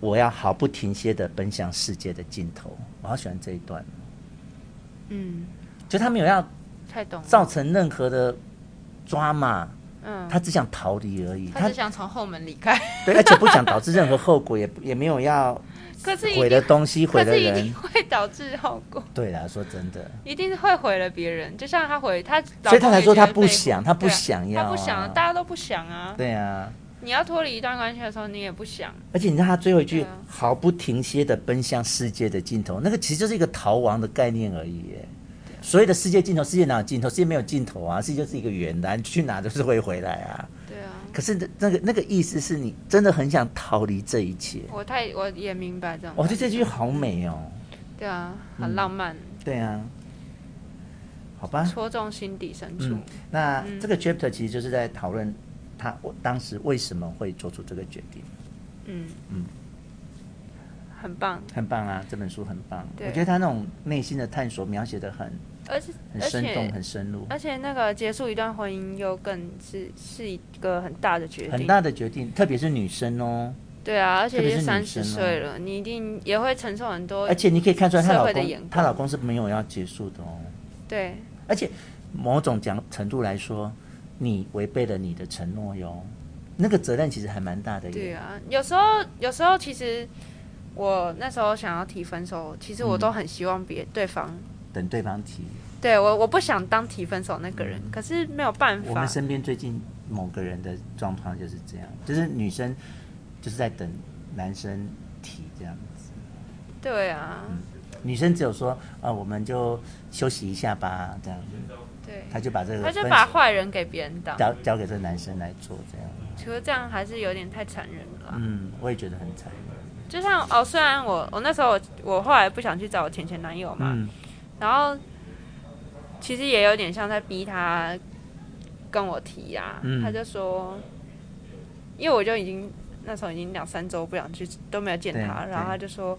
Speaker 1: 我要毫不停歇地奔向世界的尽头。我好喜欢这一段，
Speaker 2: 嗯，
Speaker 1: 就他没有要
Speaker 2: 太懂了。
Speaker 1: 造成任何的抓马，
Speaker 2: 嗯，
Speaker 1: 他只想逃离而已，
Speaker 2: 他
Speaker 1: 他
Speaker 2: 只想从后门离 开，
Speaker 1: 对，而且不想导致任何后果，也也没有要
Speaker 2: 可是一
Speaker 1: 毁
Speaker 2: 定
Speaker 1: 的东西、毁
Speaker 2: 可
Speaker 1: 的
Speaker 2: 是一
Speaker 1: 人
Speaker 2: 定，会导致后果，
Speaker 1: 对啦，说真的，
Speaker 2: 一定会毁了别人。就像他毁他，
Speaker 1: 所以他才说他
Speaker 2: 老公
Speaker 1: 不
Speaker 2: 也觉得被
Speaker 1: 想，他不
Speaker 2: 对啊
Speaker 1: 想要、
Speaker 2: 他
Speaker 1: 啊，
Speaker 2: 不想，大家都不想啊。
Speaker 1: 对啊，
Speaker 2: 你要脱离一段关系的时候，你也不想。
Speaker 1: 而且你看他最后一句
Speaker 2: 对啊
Speaker 1: 毫不停歇的奔向世界的尽头，那个其实就是一个逃亡的概念而已耶。所谓的世界尽头，世界哪有尽头？世界没有尽头啊，世界就是一个圆的啊、你去哪都是会回来啊。
Speaker 2: 对啊，
Speaker 1: 可是那个那个意思是你真的很想逃离这一切。
Speaker 2: 我太我也明白这种
Speaker 1: 我
Speaker 2: 感
Speaker 1: 觉得
Speaker 2: 觉。
Speaker 1: 哦这句嗯好美哦。
Speaker 2: 对啊，很浪漫，
Speaker 1: 对啊，好吧。
Speaker 2: 戳中心底深处。
Speaker 1: 啊嗯，那这个 chapter 其实就是在讨论他我当时为什么会做出这个决定，
Speaker 2: 嗯
Speaker 1: 嗯
Speaker 2: 很棒。
Speaker 1: 很棒啊！这本书很棒，我
Speaker 2: 对
Speaker 1: 觉得他那种内心的探索描写的很
Speaker 2: 而且
Speaker 1: 很
Speaker 2: 而
Speaker 1: 生动，
Speaker 2: 且
Speaker 1: 很深入。
Speaker 2: 而且那个结束一段婚姻又更是是一个很大的决定，
Speaker 1: 很大的决定，特别是女生哦，
Speaker 2: 对啊，而
Speaker 1: 特
Speaker 2: 且
Speaker 1: 别
Speaker 2: 也
Speaker 1: 是女
Speaker 2: 三十
Speaker 1: 生哦
Speaker 2: 岁了，你一定也会承受很多，
Speaker 1: 而且你可以看出来她老
Speaker 2: 社会的眼
Speaker 1: 公，
Speaker 2: 光
Speaker 1: 她老公是没有要结束的哦。
Speaker 2: 对
Speaker 1: 而且某种讲程度来说，你违背了你的承诺哟，那个责任其实还蛮大的耶。
Speaker 2: 对啊，有时候有时候其实我那时候想要提分手，其实我都很希望别对方，
Speaker 1: 等对方提。
Speaker 2: 对我我不想当提分手那个人，可是没有办
Speaker 1: 我们
Speaker 2: 法，
Speaker 1: 身边最近某个人的状况就是这样，就是女生就是在等男生提这样子，
Speaker 2: 对啊，
Speaker 1: 女生只有说啊，我们就休息一下吧，这样子，
Speaker 2: 对，
Speaker 1: 她就把这个
Speaker 2: 他就
Speaker 1: 分
Speaker 2: 把
Speaker 1: 手
Speaker 2: 坏人给别人当，
Speaker 1: 交交给这个男生来做这样。
Speaker 2: 其实这样还是有点太残忍了啦。
Speaker 1: 嗯，我也觉得很惨。
Speaker 2: 就像哦，虽然我我那时候我我后来不想去找我前前男友嘛，
Speaker 1: 嗯
Speaker 2: 然后其实也有点像在逼他跟我提啊，
Speaker 1: 嗯
Speaker 2: 他就说，因为我就已经那时候已经两三周不想去，都没有见他，
Speaker 1: 对
Speaker 2: 然后
Speaker 1: 对
Speaker 2: 他就说，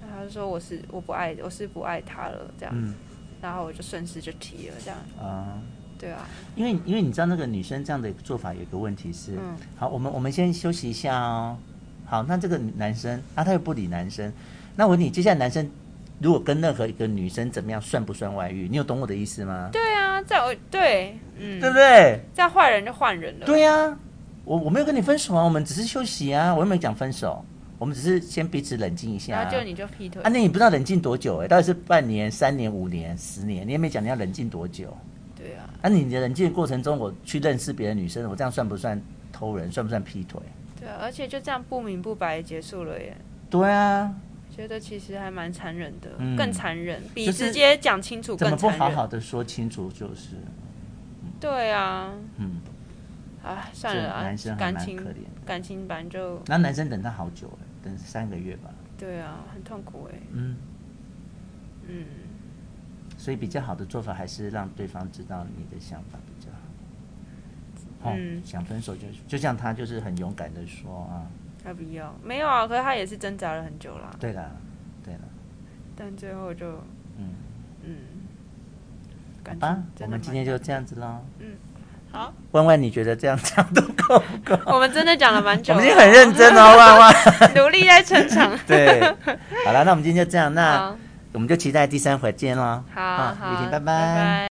Speaker 2: 他就说我是我不爱，我是不爱他了这样，
Speaker 1: 嗯
Speaker 2: 然后我就顺势就提了这样，
Speaker 1: 啊、
Speaker 2: 对啊，
Speaker 1: 因为因为你知道那个女生这样的做法有一个问题是，
Speaker 2: 嗯
Speaker 1: 好，我们我们先休息一下哦。好，那这个男生啊，他又不理男生，那我问你，接下来男生如果跟任何一个女生怎么样，算不算外遇？你有懂我的意思吗？
Speaker 2: 对啊，在我对，嗯，
Speaker 1: 对不对？
Speaker 2: 这样坏人就换人了，
Speaker 1: 对啊呀、我我没有跟你分手啊，我们只是休息啊，我又没有讲分手，我们只是先彼此冷静一下、
Speaker 2: 然
Speaker 1: 啊
Speaker 2: 后。就你就劈腿，
Speaker 1: 啊，那你不知道冷静多久哎、到底是半年、三年、五年、十年？你也没讲你要冷静多久。
Speaker 2: 对啊，
Speaker 1: 啊，你的冷静的过程中，我去认识别的女生，我这样算不算偷人？算不算劈腿？
Speaker 2: 对啊，而且就这样不明不白地结束了耶。
Speaker 1: 对啊，
Speaker 2: 觉得其实还蛮残忍的，
Speaker 1: 嗯
Speaker 2: 更残忍，比
Speaker 1: 就是
Speaker 2: 直接讲清楚
Speaker 1: 怎
Speaker 2: 更
Speaker 1: 么不
Speaker 2: 残忍。
Speaker 1: 好好的说清楚？就是，
Speaker 2: 对啊，
Speaker 1: 嗯，
Speaker 2: 啊，算
Speaker 1: 这
Speaker 2: 了啊
Speaker 1: 男生，还
Speaker 2: 感
Speaker 1: 蛮可
Speaker 2: 情
Speaker 1: 怜。
Speaker 2: 感情版就
Speaker 1: 那男生等他好久了，等三个月吧。
Speaker 2: 对啊，很痛苦哎、
Speaker 1: 嗯，
Speaker 2: 嗯，
Speaker 1: 所以比较好的做法还是让对方知道你的想法比较好。哦、
Speaker 2: 嗯
Speaker 1: 想分手就就像他就是很勇敢的说啊，
Speaker 2: 他不要，没有啊，可是他也是挣扎了很久啦，
Speaker 1: 对啦，对啦，
Speaker 2: 但最后就
Speaker 1: 嗯，
Speaker 2: 嗯，
Speaker 1: 好
Speaker 2: 感
Speaker 1: 吧
Speaker 2: 情，
Speaker 1: 我们
Speaker 2: 真的蛮嗯
Speaker 1: 今天就这样子喽。
Speaker 2: 好，
Speaker 1: 万万，你觉得这样讲都够不够？
Speaker 2: 我们真的讲了蛮久
Speaker 1: 哦 我
Speaker 2: 了，
Speaker 1: 们已经很认真 哦，万万。
Speaker 2: 努力在成长。
Speaker 1: 对，好了，那我们今天就这样，那
Speaker 2: 好，
Speaker 1: 我们就期待第三回见喽。啊
Speaker 2: 好，
Speaker 1: 雨
Speaker 2: 好，
Speaker 1: 婷，拜
Speaker 2: 拜。